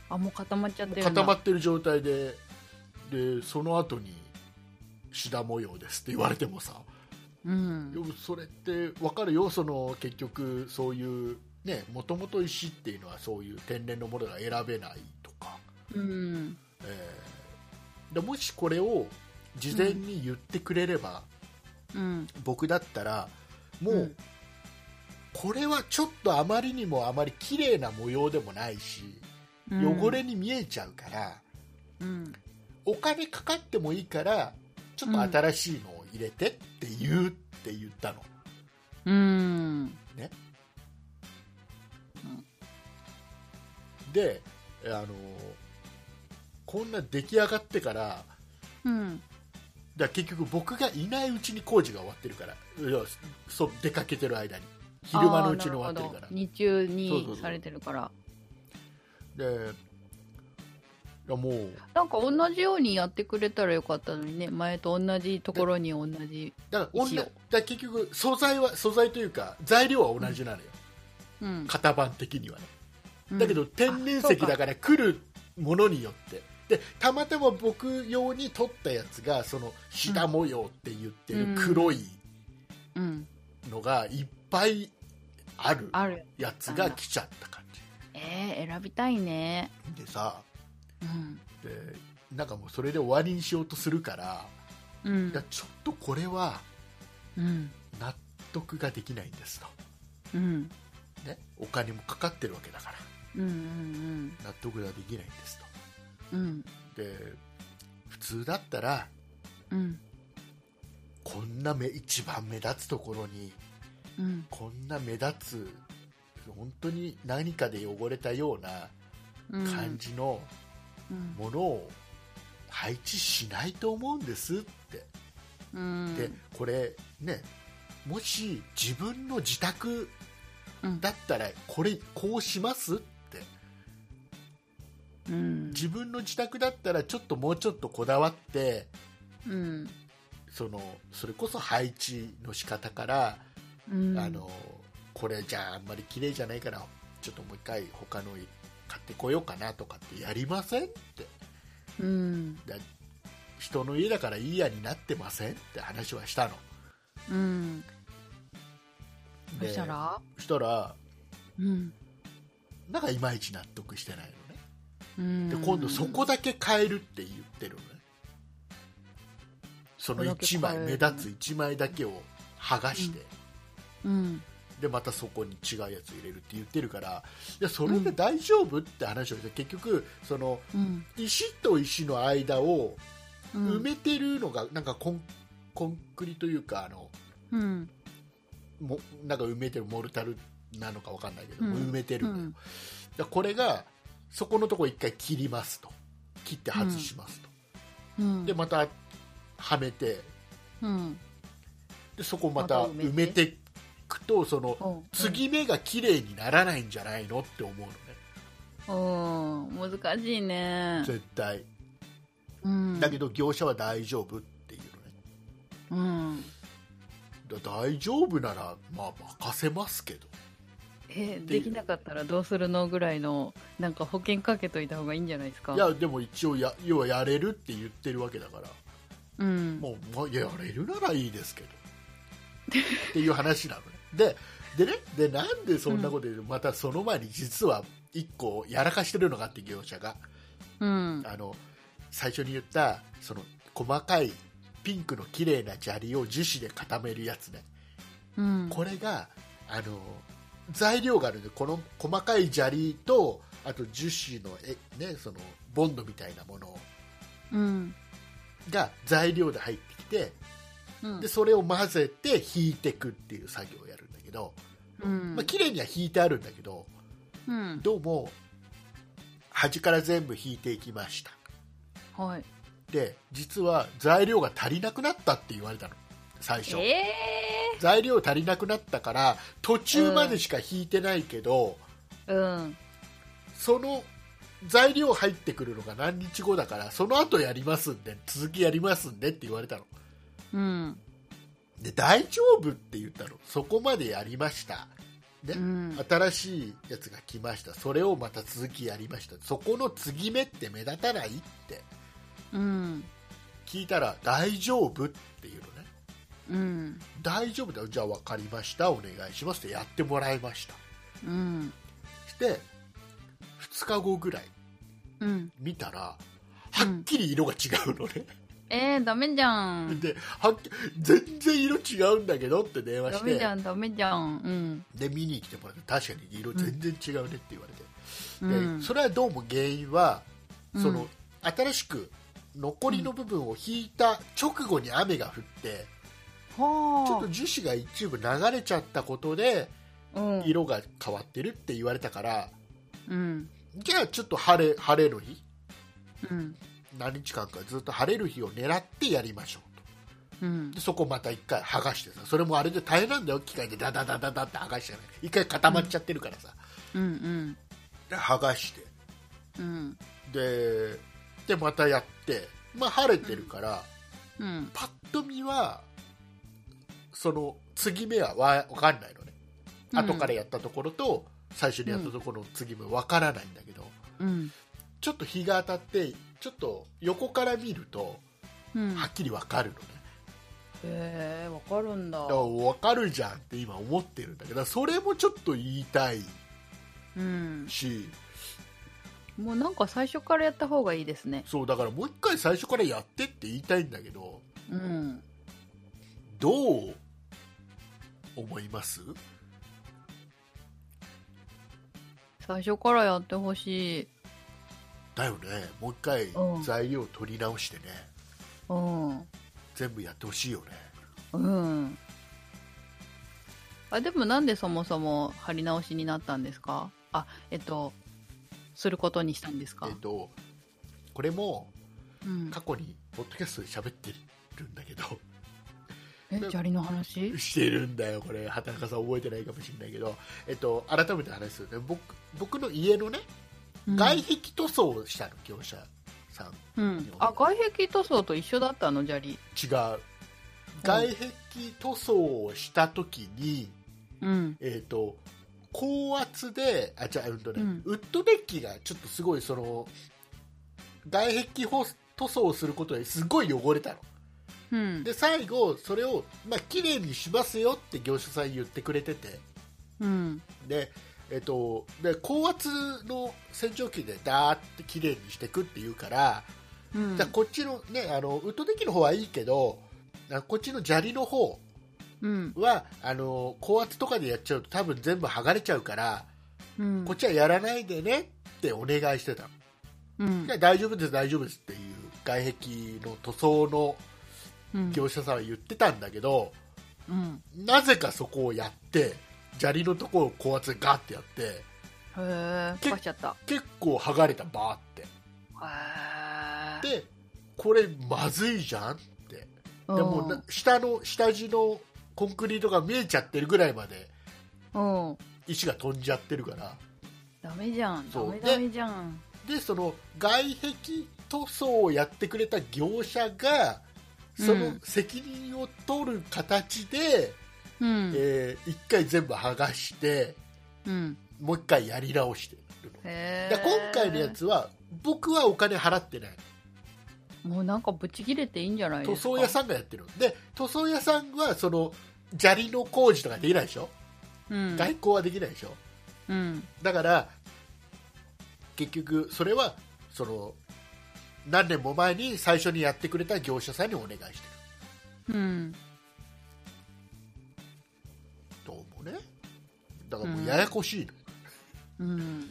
C: あもう固まっちゃってるんだ
B: 固まってる状態ででその後にシダ模様ですって言われてもさ
C: うん
B: でもそれって分かるよその結局そういうねもともと石っていうのはそういう天然のものが選べないとか、
C: うん
B: えーでもしこれを事前に言ってくれれば、
C: うん
B: 僕だったらもう、
C: うん
B: これはちょっとあまりにもあまり綺麗な模様でもないし
C: うん
B: 汚れに見えちゃうから、
C: うん
B: お金かかってもいいからちょっと新しいのを入れてって言うって言ったの。
C: うん
B: ね、
C: うん
B: であのこんな出来上がってからだか
C: うん
B: ら結局僕がいないうちに工事が終わってるからいやそ出かけてる間に昼間のうちに終わってる
C: あ
B: か
C: ーな
B: ら
C: ほど日中
B: そうそう
C: に
B: そう
C: されてるから
B: でやもう
A: なんか同じようにやってくれたらよかったのにね前と同じところに同じ
B: だからおん
A: 一
B: な
A: 応
B: だから結局素材は素材というか材料は同じなのよ、
A: うん
B: 型番的にはねだけ
A: う
B: ど
A: ん
B: 天然石だから来るものによってでたまたま僕用に取ったやつがそのシダ模様って言ってる黒い
A: うん
B: のがいっぱいある
A: ある
B: やつが来ちゃった感じ
A: えー、選びたいね
B: でさ
A: うん
B: でなんかもうそれで終わりにしようとするから
A: う
B: いや
A: ん
B: ちょっとこれは
A: うん
B: 納得ができないんですと、
A: うん
B: ね、お金もかかってるわけだから
A: うんうん
B: 納得ができないんです
A: うんうん
B: とで普通だったら
A: うん
B: こんな目一番目立つところに
A: うん
B: こんな目立つ本当に何かで汚れたような
A: うん
B: 感じの
A: うん
B: ものを配置しないと思うんですって、
A: うん
B: でこれねもし自分の自宅
A: うん
B: だったらこれこうしますって
A: うん
B: 自分の自宅だったらちょっともうちょっとこだわって
A: うん
B: そのそれこそ配置の仕方から、
A: うん
B: あのこれじゃああんまり綺麗じゃないからちょっともう一回他の買ってこようかなとかってやりませんって
A: うん
B: 人の家だからいいやになってませんって話はしたの
A: うんそ
B: で
A: したら
B: そしたら
A: うん
B: なんかいまいち納得してない
A: うん
B: のねで今度そこだけ変えるって言ってるのねその1枚
A: そこだけ変える
B: 目立つ1枚だけを剥がして、
A: うん
B: でまたそこに違うやつ入れるって言ってるからいやそれで大丈夫って話をして結局その
A: うん
B: 石と石の間を
A: うん
B: 埋めてるのがなんかコンコンクリというかあの
A: うん
B: もなんか埋めてるモルタルなのかわかんないけど、
A: うん
B: 埋めてるのよ、
A: うん
B: だからこれがそこのとこ一回切りますと切って外しますと、
A: うん
B: でまたはめて
A: うん
B: でそこまた
A: また埋めて
B: 埋めていくとその
A: うん
B: 継ぎ目が綺麗にならないんじゃないのって思うのね
A: うん難しいね
B: 絶対
A: うん
B: だけど業者は大丈夫っていうのね
A: うん
B: だから大丈夫ならまあ任せますけど
A: えできなかったらどうするのぐらいのなんか保険かけといた方がいいんじゃないですか
B: いやでも一応や要はやれるって言ってるわけだから
A: うん
B: もう、まあ、いややれるならいいですけどっていう話なのねででねでなんでそんなこと言うのまたその前に実は一個やらかしてるのがあって業者が
A: うん
B: あの最初に言ったその細かいピンクの綺麗な砂利を樹脂で固めるやつね
A: うん
B: これがあの材料があるのでこの細かい砂利とあと樹脂のえ、ね、そのボンドみたいなもの
A: うん
B: が材料で入ってきて
A: うん
B: でそれを混ぜて引いてくっていう作業をやるんだけど、
A: うん
B: まあ綺麗には引いてあるんだけど
A: うん
B: どうも端から全部引いていきました
A: はい
B: で実は材料が足りなくなったって言われたの最初、
A: え
B: 材料足りなくなったから途中までしか引いてないけど、
A: えうん
B: その材料入ってくるのが何日後だからその後やりますんで続きやりますんでって言われたの
A: うん
B: で大丈夫って言ったのそこまでやりましたで、
A: うん
B: 新しいやつが来ましたそれをまた続きやりましたそこの継ぎ目って目立たないって
A: うん
B: 聞いたら大丈夫っていうのね
A: うん
B: 大丈夫だよじゃあ分かりましたお願いしますってやってもらいました
A: うん
B: して2日後ぐらい
A: うん
B: 見たら
A: う
B: は
A: ん
B: っきり色が違うのね、
A: えー、ダメじゃん
B: ではっき全然色違うんだけどって電話
A: ダ
B: し
A: メじゃ
B: て
A: んダメじゃん
B: で見に来てもらって確かに色全然違うねって言われて、
A: うんう
B: で
A: ん
B: それはどうも原因はその、
A: うん
B: 新しく残りの部分を引いた直後に雨が降って、
A: はあ
B: ちょっと樹脂が一部流れちゃったことで
A: うん
B: 色が変わってるって言われたから、
A: うん
B: じゃあちょっと晴れ晴れの日
A: うん
B: 何日間かずっと晴れる日を狙ってやりましょうと
A: うん
B: でそこまた一回剥がしてさそれもあれで大変なんだよ機械でダダダダダって剥がしてね一回固まっちゃってるからさ、
A: うんうん
B: で剥がして
A: うん
B: でしてまたやって、まあ、晴れてるから、
A: うん。
B: パッと見はその継ぎ目はわ分かんないのね、後からやったところと最初にやったところの継ぎ目分からないんだけど、
A: うん。
B: ちょっと日が当たってちょっと横から見ると
A: うん。
B: はっきり分かるのね、
A: えー、わかるんだ。
B: だから分かるじゃんって今思ってるんだけどそれもちょっと言いたい
A: うん。
B: し
A: もうなんか最初からやった方がいいですね。
B: そうだからもう一回最初からやってって言いたいんだけど
A: うん。
B: どう思います
A: 最初からやってほしい。
B: だよねもう一回
A: うん
B: 材料取り直してね
A: うん。
B: 全部やってほしいよね
A: うん。あ、でもなんでそもそも貼り直しになったんですかあ、えっと、することにしたんですか
B: えっ、とこれも
A: うん。
B: 過去にポッドキャストで喋ってるんだけど
A: え、砂利の話
B: してるんだよこれ畑中さん覚えてないかもしれないけど、えっと、改めて話すとね僕僕の家のね外壁塗装をしたの、業者さん
A: うん。うんあ、外壁塗装と一緒だったの、砂利。
B: 違う外壁塗装をした時に、
A: うん。
B: えー、と高圧であ違う、うんとね
A: うん
B: ウッドデッキがちょっとすごいその外壁ほ塗装をすることですごい汚れたの
A: うん。
B: で最後それを、まあ綺麗にしますよって業者さん言ってくれてて
A: うん。
B: で,、えー、とで高圧の洗浄機でダーって綺麗にしてくって言うから、
A: うん
B: じゃあこっちの,、ね、あのウッドデッキの方はいいけどあこっちの砂利の方
A: うん。
B: はあの高圧とかでやっちゃうと多分全部剥がれちゃうから、
A: うん
B: こっちはやらないでねってお願いしてたの、
A: うん
B: で大丈夫です大丈夫ですっていう外壁の塗装の
A: うん
B: 業者さんは言ってたんだけど、
A: うん。
B: なぜかそこをやって砂利のところを高圧でガッてやって
A: へえ、壊しちゃった。
B: 結構剥がれたバーって
A: へえ。
B: でこれまずいじゃんって
A: で
B: でもうな下の下地のコンクリートが見えちゃってるぐらいまで
A: うん。
B: 石が飛んじゃってるから
A: ダメじゃん。ダ
B: そう
A: メダメじゃん。
B: でその外壁塗装をやってくれた業者がそうの
A: ん
B: 責任を取る形で、
A: うん。
B: えー一回全部剥がして
A: うん。
B: もう一回やり直してるの
A: へえ。
B: だから今回のやつは僕はお金払ってない
A: もうなんかブチ切れていいんじゃないで
B: 塗
A: すか
B: 装屋さんがやってるので塗装屋さんはその砂利の工事とかできないでしょ、
A: うん
B: 外交はできないでしょ
A: うん
B: だから結局それはその何年も前に最初にやってくれた業者さんにお願いして
A: う
B: る
A: ん
B: と思うねだからもうややこしいの、
A: うん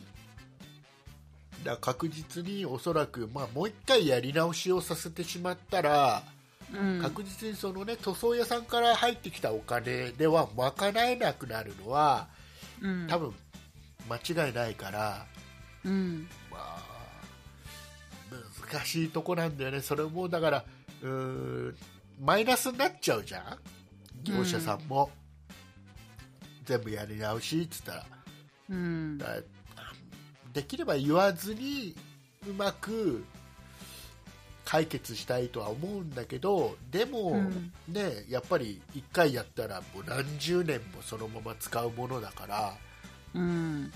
B: だから確実におそらく、まあ、もう一回やり直しをさせてしまったら、
A: うん
B: 確実にその、ね、塗装屋さんから入ってきたお金では賄えなくなるのは
A: うん
B: 多分間違いないから、
A: うん
B: まあ、難しいとこなんだよね、それもだからうーんマイナスになっちゃうじゃん、業者さんも。全部やり直しって言ったら。
A: うん
B: だできれば言わずにうまく解決したいとは思うんだけどでも、
A: うん
B: ねやっぱり1回やったらもう何十年もそのまま使うものだから
A: うん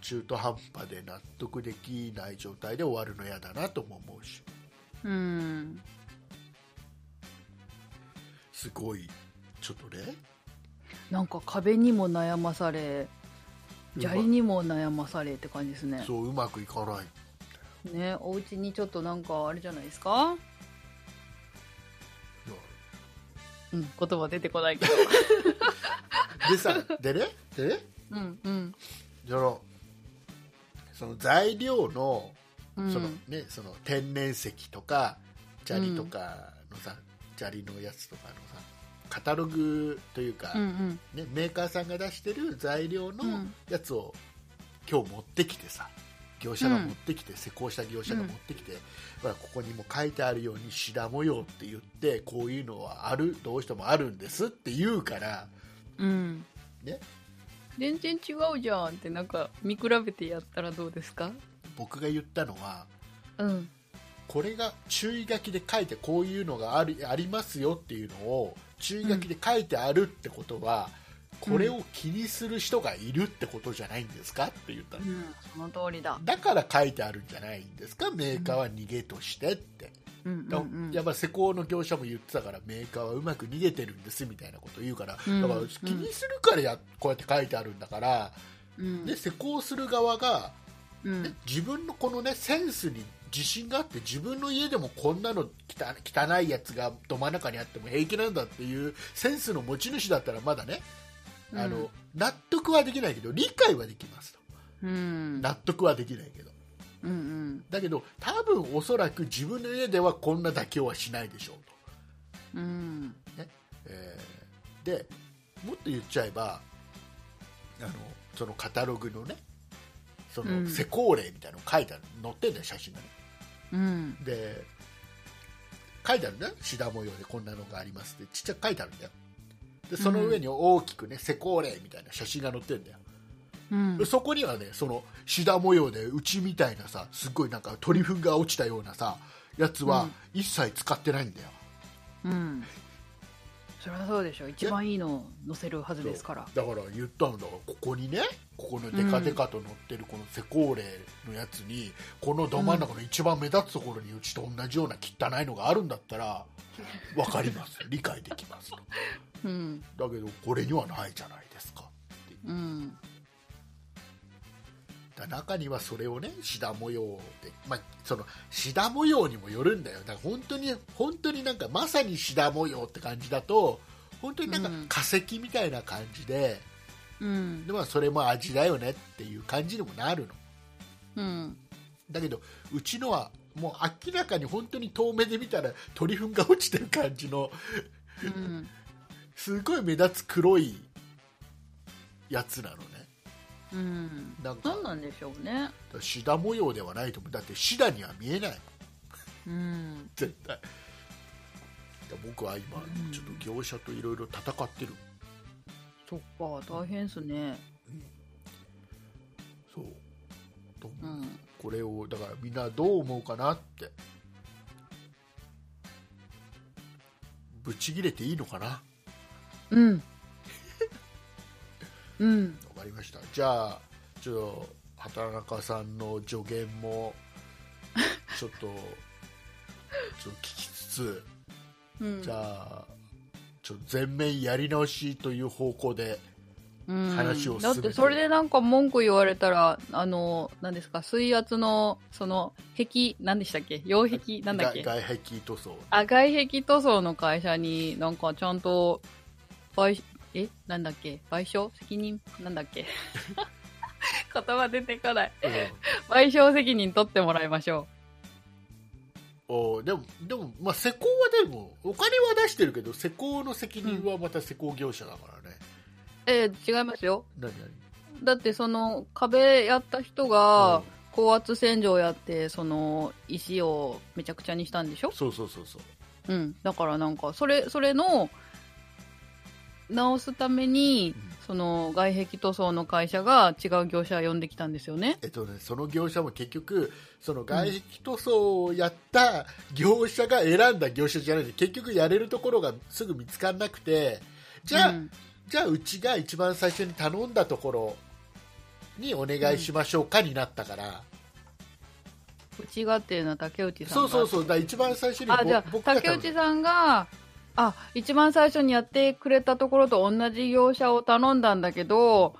B: 中途半端で納得できない状態で終わるの嫌だなとも思うし
A: うん
B: すごいちょっとね
A: なんか壁にも悩まされ
B: うま
A: 砂利にも悩まされって感じですね
B: そううまくいかない
A: ねお家にちょっとなんかあれじゃないですかうん言葉出てこないけど
B: でさ でねでね
A: うんうん
B: そのその材料の
A: うん
B: そのね、その天然石とか砂利とかのさ、砂利のやつとかのさカタログというか、
A: うん
B: ね、メーカーさんが出してる材料の
A: うん
B: やつを今日持ってきてさ業者が持ってきて、施工した業者が持ってきて、ほらここにも書いてあるようにシダ模様って言ってこういうのはあるどうしてもあるんですって言うから
A: うんうん
B: ね
A: 全然違うじゃんってなんか見比べてやったらどうですか
B: 僕が言ったのは
A: うん。
B: これが注意書きで書いてこういうのがあるありますよっていうのを注意書きで書いてあるってことは、
A: うん
B: これを気にする人がいるってことじゃないんですかって言った
A: う
B: の
A: ん。その通りだ。
B: だから書いてあるんじゃないんですかメーカーは逃げとしてって、
A: うんう
B: だ
A: んうん。
B: やっぱ施工の業者も言ってたからメーカーはうまく逃げてるんですみたいなこと言うから,、
A: うん
B: だから
A: うん
B: 気にするからやこうやって書いてあるんだから、
A: うん
B: で施工する側が
A: うん。
B: 自分のこのねセンスに自信があって自分の家でもこんなの汚汚いやつがど真ん中にあっても平気なんだっていうセンスの持ち主だったらまだね、あの納得はできないけど理解はできますと
A: うん。
B: 納得はできないけど
A: うんうん。
B: だけど多分おそらく自分の家ではこんな妥協はしないでしょうと、
A: うん。
B: えーでもっと言っちゃえばあのそのカタログのねそうの
A: ん
B: 施工例みたいなの書いてある載ってんだよ写真がね
A: うん。
B: で書いてあるねシダ模様でこんなのがありますってちっちゃく書いてあるんだよでその上に大きくね施工例みたいな写真が載ってるんだよ、
A: うん
B: で。そこにはねそのシダ模様でうちみたいなさすっごいなんか鳥糞が落ちたようなさやつ
A: う
B: は
A: ん
B: 一切使ってないんだよ、
A: うん。そりゃそうでしょ。一番いいのを載せるはずですから。
B: だから言ったんだからここにねここのデカデカと載ってるこの施工例のやつに、このど真ん中の一番目立つところにうちと同じような汚いのがあるんだった ら分かります理解できますと
A: うん。
B: だけどこれにはないじゃないですか
A: うん。
B: だ中にはそれをねシダ模様で、まあ、そのシダ模様にもよるんだよだから本当に本当になんかまさにシダ模様って感じだと本当になんか
A: うん
B: 化石みたいな感じで,、
A: うん。
B: でまあ、それも味だよねっていう感じにもなるの
A: うん。
B: だけどうちのはもう明らかに本当に遠目で見たら鳥糞が落ちてる感じの
A: うん。
B: すごい目立つ黒いやつなのね
A: うん。
B: なんか
A: 何なんでしょうね。
B: だからシダ模様ではないと思うだってシダには見えない
A: うん。
B: 絶対だ僕は今
A: うん
B: ちょっと業者といろいろ戦ってる、
A: そっか、大変っすね。
B: そうと
A: うん。
B: これをだからみんなどう思うかなってぶち切れていいのかなわ
A: うん。うん。
B: かりましたじゃあちょっと畑中さんの助言もちょっと ちょっと聞きつつ
A: うん。
B: じゃあちょっと全面やり直しという方向で
A: うん
B: 話を進めて
A: だってそれでなんか文句言われたらあの何ですか水圧のその壁何でしたっけ擁壁なんだっけ
B: が外壁塗装
A: あ外壁塗装の会社になんかちゃんと賠えなんだっけ賠償責任なんだっけ 言葉出てこない
B: うん
A: 賠償責任取ってもらいましょ
B: おでも、でもまあ、施工はでも、お金は出してるけど、施工の責任はまた施工業者だからね。
A: うえー違いますよ
B: 何
A: だってその壁やった人が高圧洗浄やってその石をめちゃくちゃにしたんでしょ
B: 何そうそうそうそう。
A: うん、だからなんかそれそれの直すために、
B: うん
A: その外壁塗装の会社が違う業者呼んできたんですよね。
B: えっとね、その業者も結局、その外壁塗装をやった業者が選んだ業者じゃないで、結局やれるところがすぐ見つからなくて、じゃあ、
A: うん
B: じゃあうちが一番最初に頼んだところにお願いしましょうかになったから、
A: うちがっていうのは竹内さんが
B: そうそうそう、だから一番最初に
A: あじゃあ
B: 僕が
A: 竹
B: 頼んだ
A: 内さんがあ一番最初にやってくれたところと同じ業者を頼んだんだけど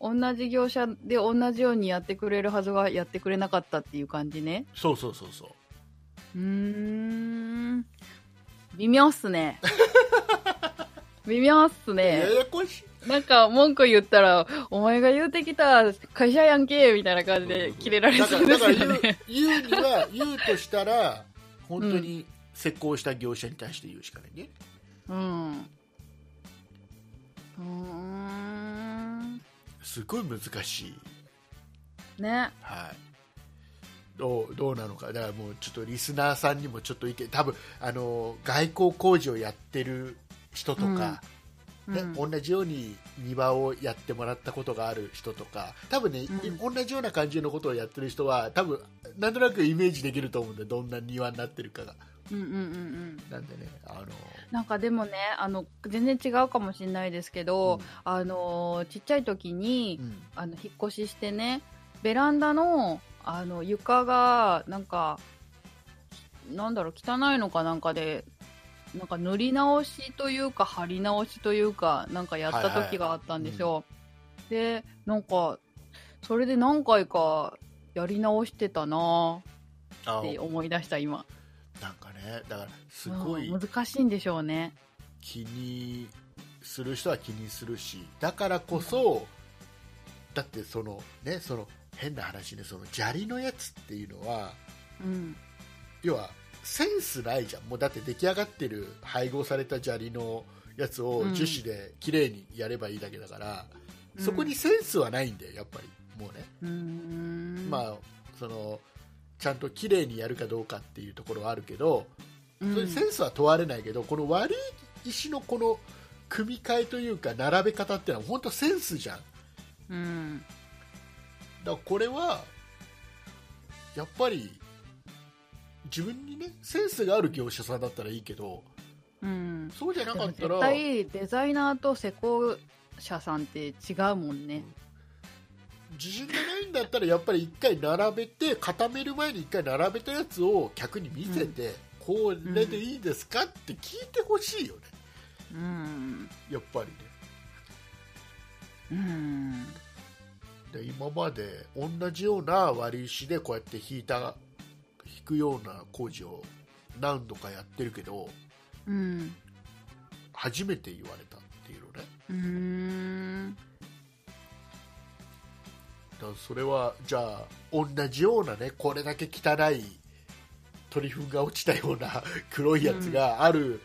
A: 同じ業者で同じようにやってくれるはずがやってくれなかったっていう感じね。
B: そうそうそうそう。
A: うーん微妙っす ね微妙っす
B: や
A: ね
B: やこしい。
A: なんか文句言ったら「お前が言うてきた会社やんけ」みたいな感じでキレられそうです
B: だ
A: よ
B: からだから
A: ね
B: 言う言うには言うとしたら本当に施工した業者に対して言うしかないね、
A: うんうーん
B: すごい難しい
A: ね
B: はいどうどうなのかだからもうちょっとリスナーさんにもちょっと意見多分あの外交工事をやってる人とか、ね
A: うん
B: 同じように庭をやってもらったことがある人とか多分ね、
A: う
B: 同じような感じのことをやってる人は多分なんとなくイメージできると思うんでどんな庭になってるかが
A: うんうんうんうん
B: なんでねあの
A: なんかでもねあの全然違うかもしれないですけど、あのちっちゃい時に、
B: うん
A: あの引っ越ししてねベランダのあの床がなんかなんだろう汚いのかなんかでなんか塗り直しというか貼り直しというかなんかやった時があったんですよ、でなんかそれで何回かやり直してたなー
B: あ
A: って思い出した今
B: なんかねだからすごい
A: うん難しいんでしょうね
B: 気にする人は気にするしだからこそ、だってそのねその変な話ねその砂利のやつっていうのは
A: うん
B: 要はセンスないじゃんもうだって出来上がってる配合された砂利のやつを
A: うん
B: 樹脂で綺麗にやればいいだけだから、
A: うん
B: そこにセンスはないんだよやっぱりもうね、
A: うーん
B: まあそのちゃんと綺麗にやるかどうかっていうところはあるけど、
A: うん
B: それセンスは問われないけどこの悪い石のこの組み替えというか並べ方ってのは本当センスじゃんだか
A: うん
B: らこれはやっぱり自分にねセンスがある業者さんだったらいいけど
A: うん
B: そうじゃなかったら
A: 絶対デザイナーと施工者さんって違うもんね
B: 自信がないんだったらやっぱり一回並べて固める前に一回並べたやつを客に見せて、これでいいですかって聞いてほしいよね
A: うん
B: やっぱりね
A: うん
B: で今まで同じような割り石でこうやって引いた引くような工事を何度かやってるけど
A: うん
B: 初めて言われたっていうのね
A: うん
B: だからそれはじゃあ同じようなねこれだけ汚い鳥糞が落ちたような黒いやつがある、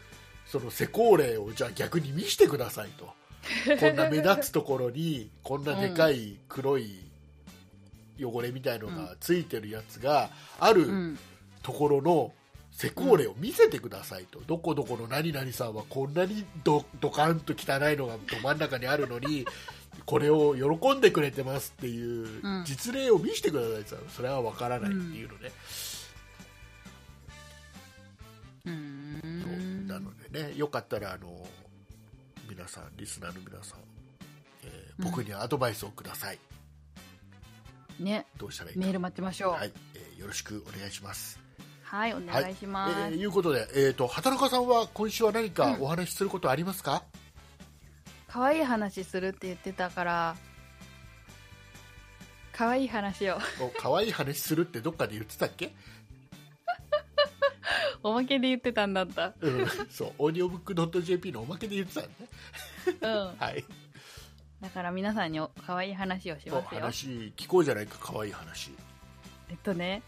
B: その施工例をじゃあ逆に見せてくださいとこんな目立つところにこんなでかい黒い汚れみたいのがついてるやつがある、
A: うん
B: ところの施工例を見せてくださいと、どこどこの何々さんはこんなにどドカンと汚いのがど真ん中にあるのにこれを喜んでくれてますっていう
A: うん
B: 実例を見せてくださいって言ったらそれは分からないっていうのね、
A: う
B: そうんなのでねよかったらあの皆さんリスナーの皆さん、えー
A: うん
B: 僕にアドバイスをください、
A: ね
B: どうしたらいいか
A: メール待ちましょうは、
B: はいいえーよろしくお願いします
A: お願いします、
B: えーいうことで、えー、と畑中さんは今週は何かお話しすることありますか、
A: 可愛い話するって言ってたから可愛い話を
B: お可愛い話するってどっかで言ってたっけ、
A: おまけで言ってたんだった
B: うん、そうオーディオブックドット JP のおまけで言ってたんね
A: うん
B: はい
A: だから皆さんにお可愛い話をし
B: お
A: ますよ
B: 話聞こうじゃないか可愛い話
A: えっとね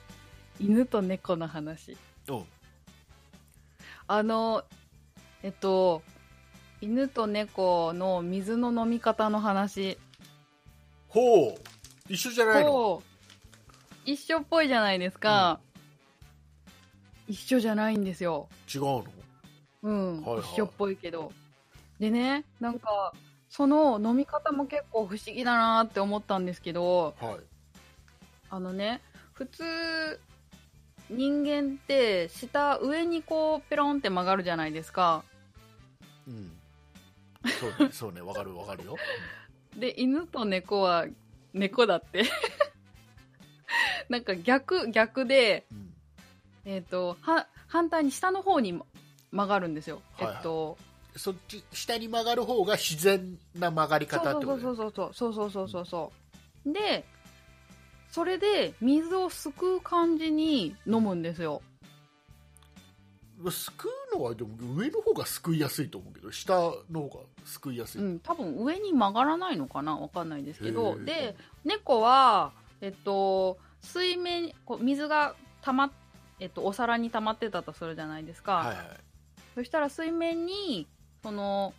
A: 犬と猫の話
B: うん
A: あの、えっと、犬と猫の水の飲み方の話
B: ほう一緒じゃないの
A: を一緒っぽいじゃないですか。一緒じゃないんですよ。
B: 違うの
A: うん、
B: はいはい
A: 一緒っぽいけど。でね、なんか、その飲み方も結構不思議だなって思ったんですけど、
B: はい
A: あのね、普通、人間って下上にこうペロンって曲がるじゃないですか。
B: うんそうね そうねわかるわかるよ
A: で犬と猫は猫だって なんか逆逆で、
B: うん、うん
A: えー、とは反対に下の方に曲がるんですよ、
B: はいはい
A: えっと
B: そっち下に曲がる方が自然な曲がり
A: そ
B: 方ってこと
A: う
B: ね
A: そうそうそうそうそうそうそうそうでそれで水をすくう感じに飲むんですよ
B: すくうのはでも上の方がすくいやすいと思うけど下の方がすくいやすい、
A: うん多分上に曲がらないのかなわかんないですけど
B: へえ
A: で猫はえっと水面こう水がたまっえっと、お皿に溜まってたとするじゃないですか、
B: はいはい
A: そしたら水面に、その、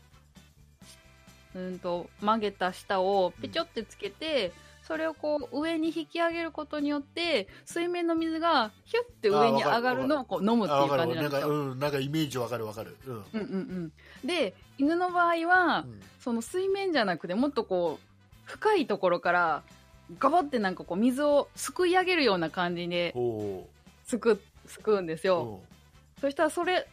A: うんと、曲げた舌をぺちょってつけて、それをこう上に引き上げることによって水面の水がヒュッて上に上がるのをこう飲むってい
B: あ
A: う
B: 分か
A: 感
B: る
A: じなんで
B: なん
A: す
B: か,、
A: よ。
B: うん、なんかイメージわかるわかる、うん
A: うんうんうん、で犬の場合は、
B: うん
A: その水面じゃなくてもっとこう深いところからガボってなんかこう水をすくい上げるような感じで
B: ほ
A: すくすくうんです
B: う
A: よ。
B: ほ
A: そしたらそれ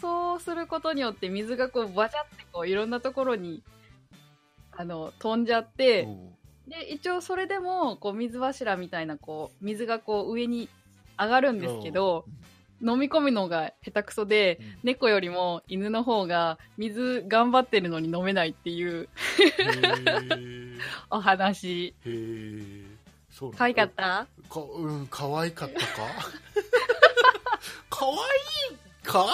A: そうすることによって水がこうバチャってこういろんなところにあの飛んじゃっ
B: う
A: て、
B: ん
A: で一応それでもこう水柱みたいなこう水がこう上に上がるんですけど、飲み込むのが下手くそで、
B: うん
A: 猫よりも犬の方が水頑張ってるのに飲めないっていう
B: へ
A: お話
B: えへえそうなんだ
A: 可愛かった
B: かうん可愛かったか 可愛いか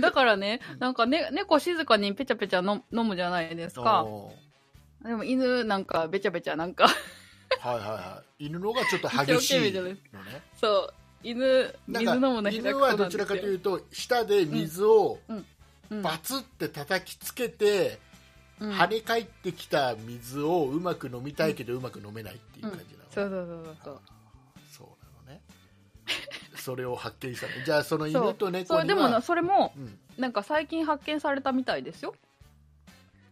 A: だからね
B: うん
A: なんかね猫静かにペチャペチャ飲飲むじゃないですか
B: おー
A: でも犬なんかベチャベチャなんか
B: はいはいはい犬の方がちょっと激しい
A: 一生懸命じゃ
B: の
A: ない
B: ね
A: でそう犬
B: なん
A: 水
B: か
A: 飲むの下手く
B: 犬
A: そ
B: は
A: なん
B: ど
A: です
B: ち
A: よ
B: らかというと舌で水を
A: うん
B: バツって叩きつけ
A: う
B: て、
A: ん
B: 跳ね返ってきた水をうまく飲みたいけどうまく飲めないっていう感じなの、
A: そうそうそうそう
B: そうなのねそれを発見したのじゃあその
A: そ
B: 犬
A: う
B: と猫
A: それ
B: に
A: でもな
B: は
A: それも
B: うん
A: なんか最近発見されたみたいですよ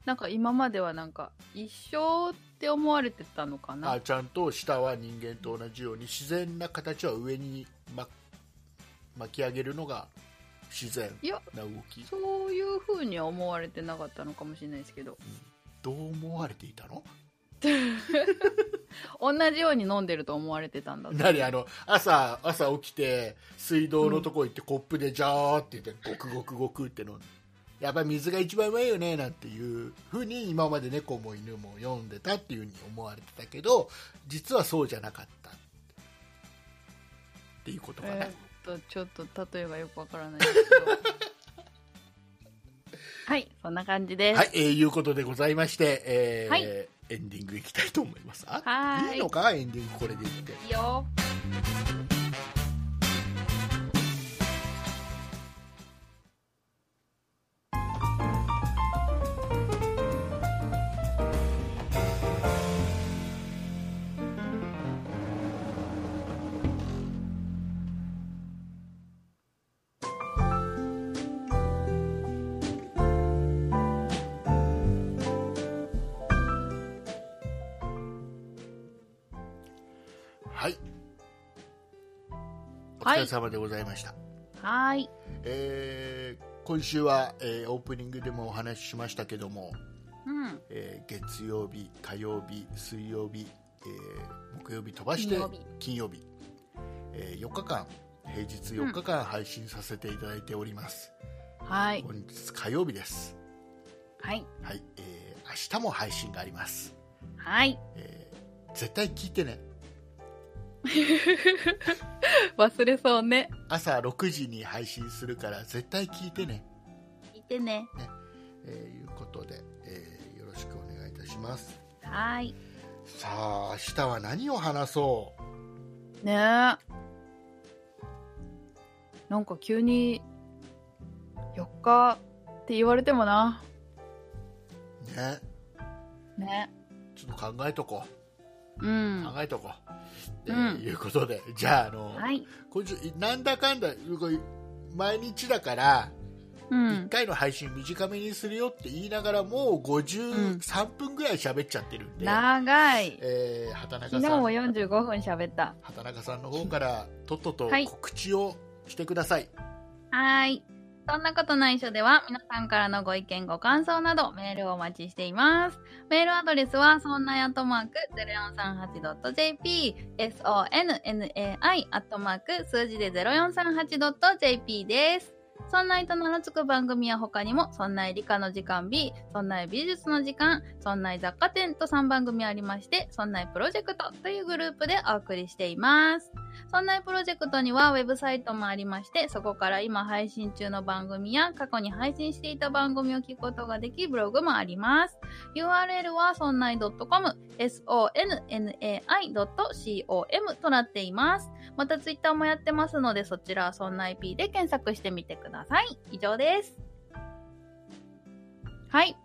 A: なんか今まではなんか一生って思われてたのかな
B: あちゃんと舌は人間と同じように自然な形は上にま巻き上げるのが自然
A: いや
B: な動き
A: そういう風には思われてなかったのかもしれないですけど
B: どう思われていたの
A: 同じように飲んでると思われてたんだって
B: 何あの朝朝起きて水道のとこ行ってコップでジャーって言ってゴクゴクゴクって飲んでやっぱ水が一番うまいよねなんていうふうに今まで猫も犬も読んでたっていうふうに思われてたけど実はそうじゃなかったっていうことかな、
A: えーっとちょっと例えばよくわからないですけどはいそんな感じです
B: はい、えー、いうことでございまして、えー
A: はい
B: エンディングいきたいと思います。あ
A: はーい
B: いいのか、エンディングこれでいって。
A: いいよ
B: はい。お
A: は
B: 疲
A: い
B: れ様でございました。
A: はーい
B: えー今週は、えーオープニングでもお話ししましたけども、
A: うん
B: えー月曜日、火曜日、水曜日、えー木曜日飛ばして
A: 金曜日
B: 金曜日、え4日間、平日4日間配信させていただいております。
A: はい
B: 本日火曜日です。
A: はい
B: はい、えー明日も配信があります。
A: はい
B: えー絶対聞いてね
A: 忘れそうね
B: 朝6時に配信するから絶対聞いてね
A: 聞いてね
B: と、えーいうことで、えーよろしくお願いいたします
A: はーい
B: さあ明日は何を話そ
A: ねえなんか急に4日って言われてもな
B: うね
A: ね
B: ちょっと考えとこ
A: う
B: うん考えとこ
A: う
B: う、
A: ん
B: えーいうことでじゃああの、
A: はい
B: 今週なんだかんだこれ毎日だから
A: う
B: 1
A: ん
B: 回の配信短めにするよって言いながらもう53分ぐらい喋っちゃってるんで、
A: 長い
B: えー畑
A: 昨
B: 中さ
A: 日
B: ん
A: も45分喋った。
B: 畑中さんの方からとっとと
A: はい
B: 告知をしてください、
A: はーい。そんなことないしょでは、皆さんからのご意見、ご感想など、メールをお待ちしています。メールアドレスは、そんなやとマーク 0438.jp、sonnai アットマーク数字で 0438.jp です。そんないと名の付く番組は他にも、そんない理科の時間 B、そんない美術の時間、そんない雑貨店と3番組ありまして、そんないプロジェクトというグループでお送りしています。そんなプロジェクトにはウェブサイトもありまして、そこから今配信中の番組や過去に配信していた番組を聞くことができ、ブログもあります。URL はそんない .com、sonnai.com となっています。またツイッターもやってますので、そちらはそんな IP で検索してみてください。以上です。はい。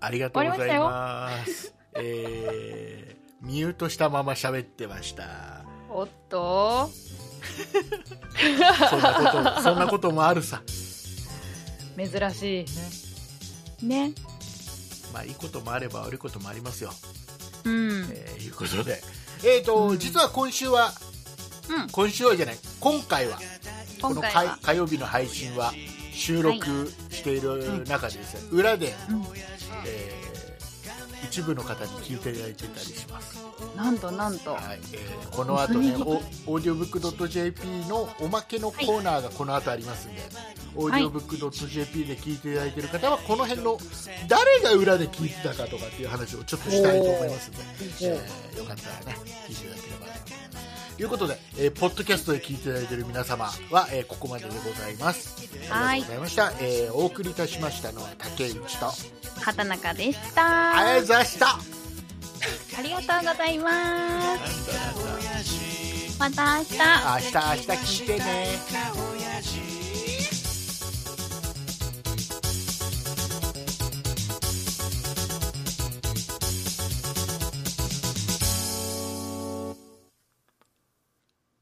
B: ありがとうございます。えー、ミュートしたまま喋ってました。
A: おっと
B: そんな こと、そんなこともあるさ。
A: 珍しいね
B: まあ、いいこともあれば悪いこともありますよ。
A: うん
B: えー、いうことで。えっ、と、
A: うん
B: 実は今週は、
A: うん
B: 今週はじゃない、今回は、こ
A: 今
B: の
A: 回
B: 火
A: は
B: 火曜日の配信は収録している中でですね、裏で、
A: うん
B: えー一部の方に聞いていただいてたりします。
A: なんとなんと
B: はい、えーこの後ね、おオーディオブックドット JP のおまけのコーナーがこの後ありますんで、オーディオブックドット JP で聞いていただいている方はこの辺の誰が裏で聞いてたかとかっていう話をちょっとしたいと思いますんで、えーよかったらね聞いていただければなと思います。ということで、えーポッドキャストで聞いていただいている皆様は、えーここまででございます。あ
A: はい
B: りがとうございました。えーお送りいたしましたのは竹内と、
A: 畑中でした
B: あやざした。
A: ありがとうございます
B: 明
A: また明日
B: 日明日聞いてね。
D: 「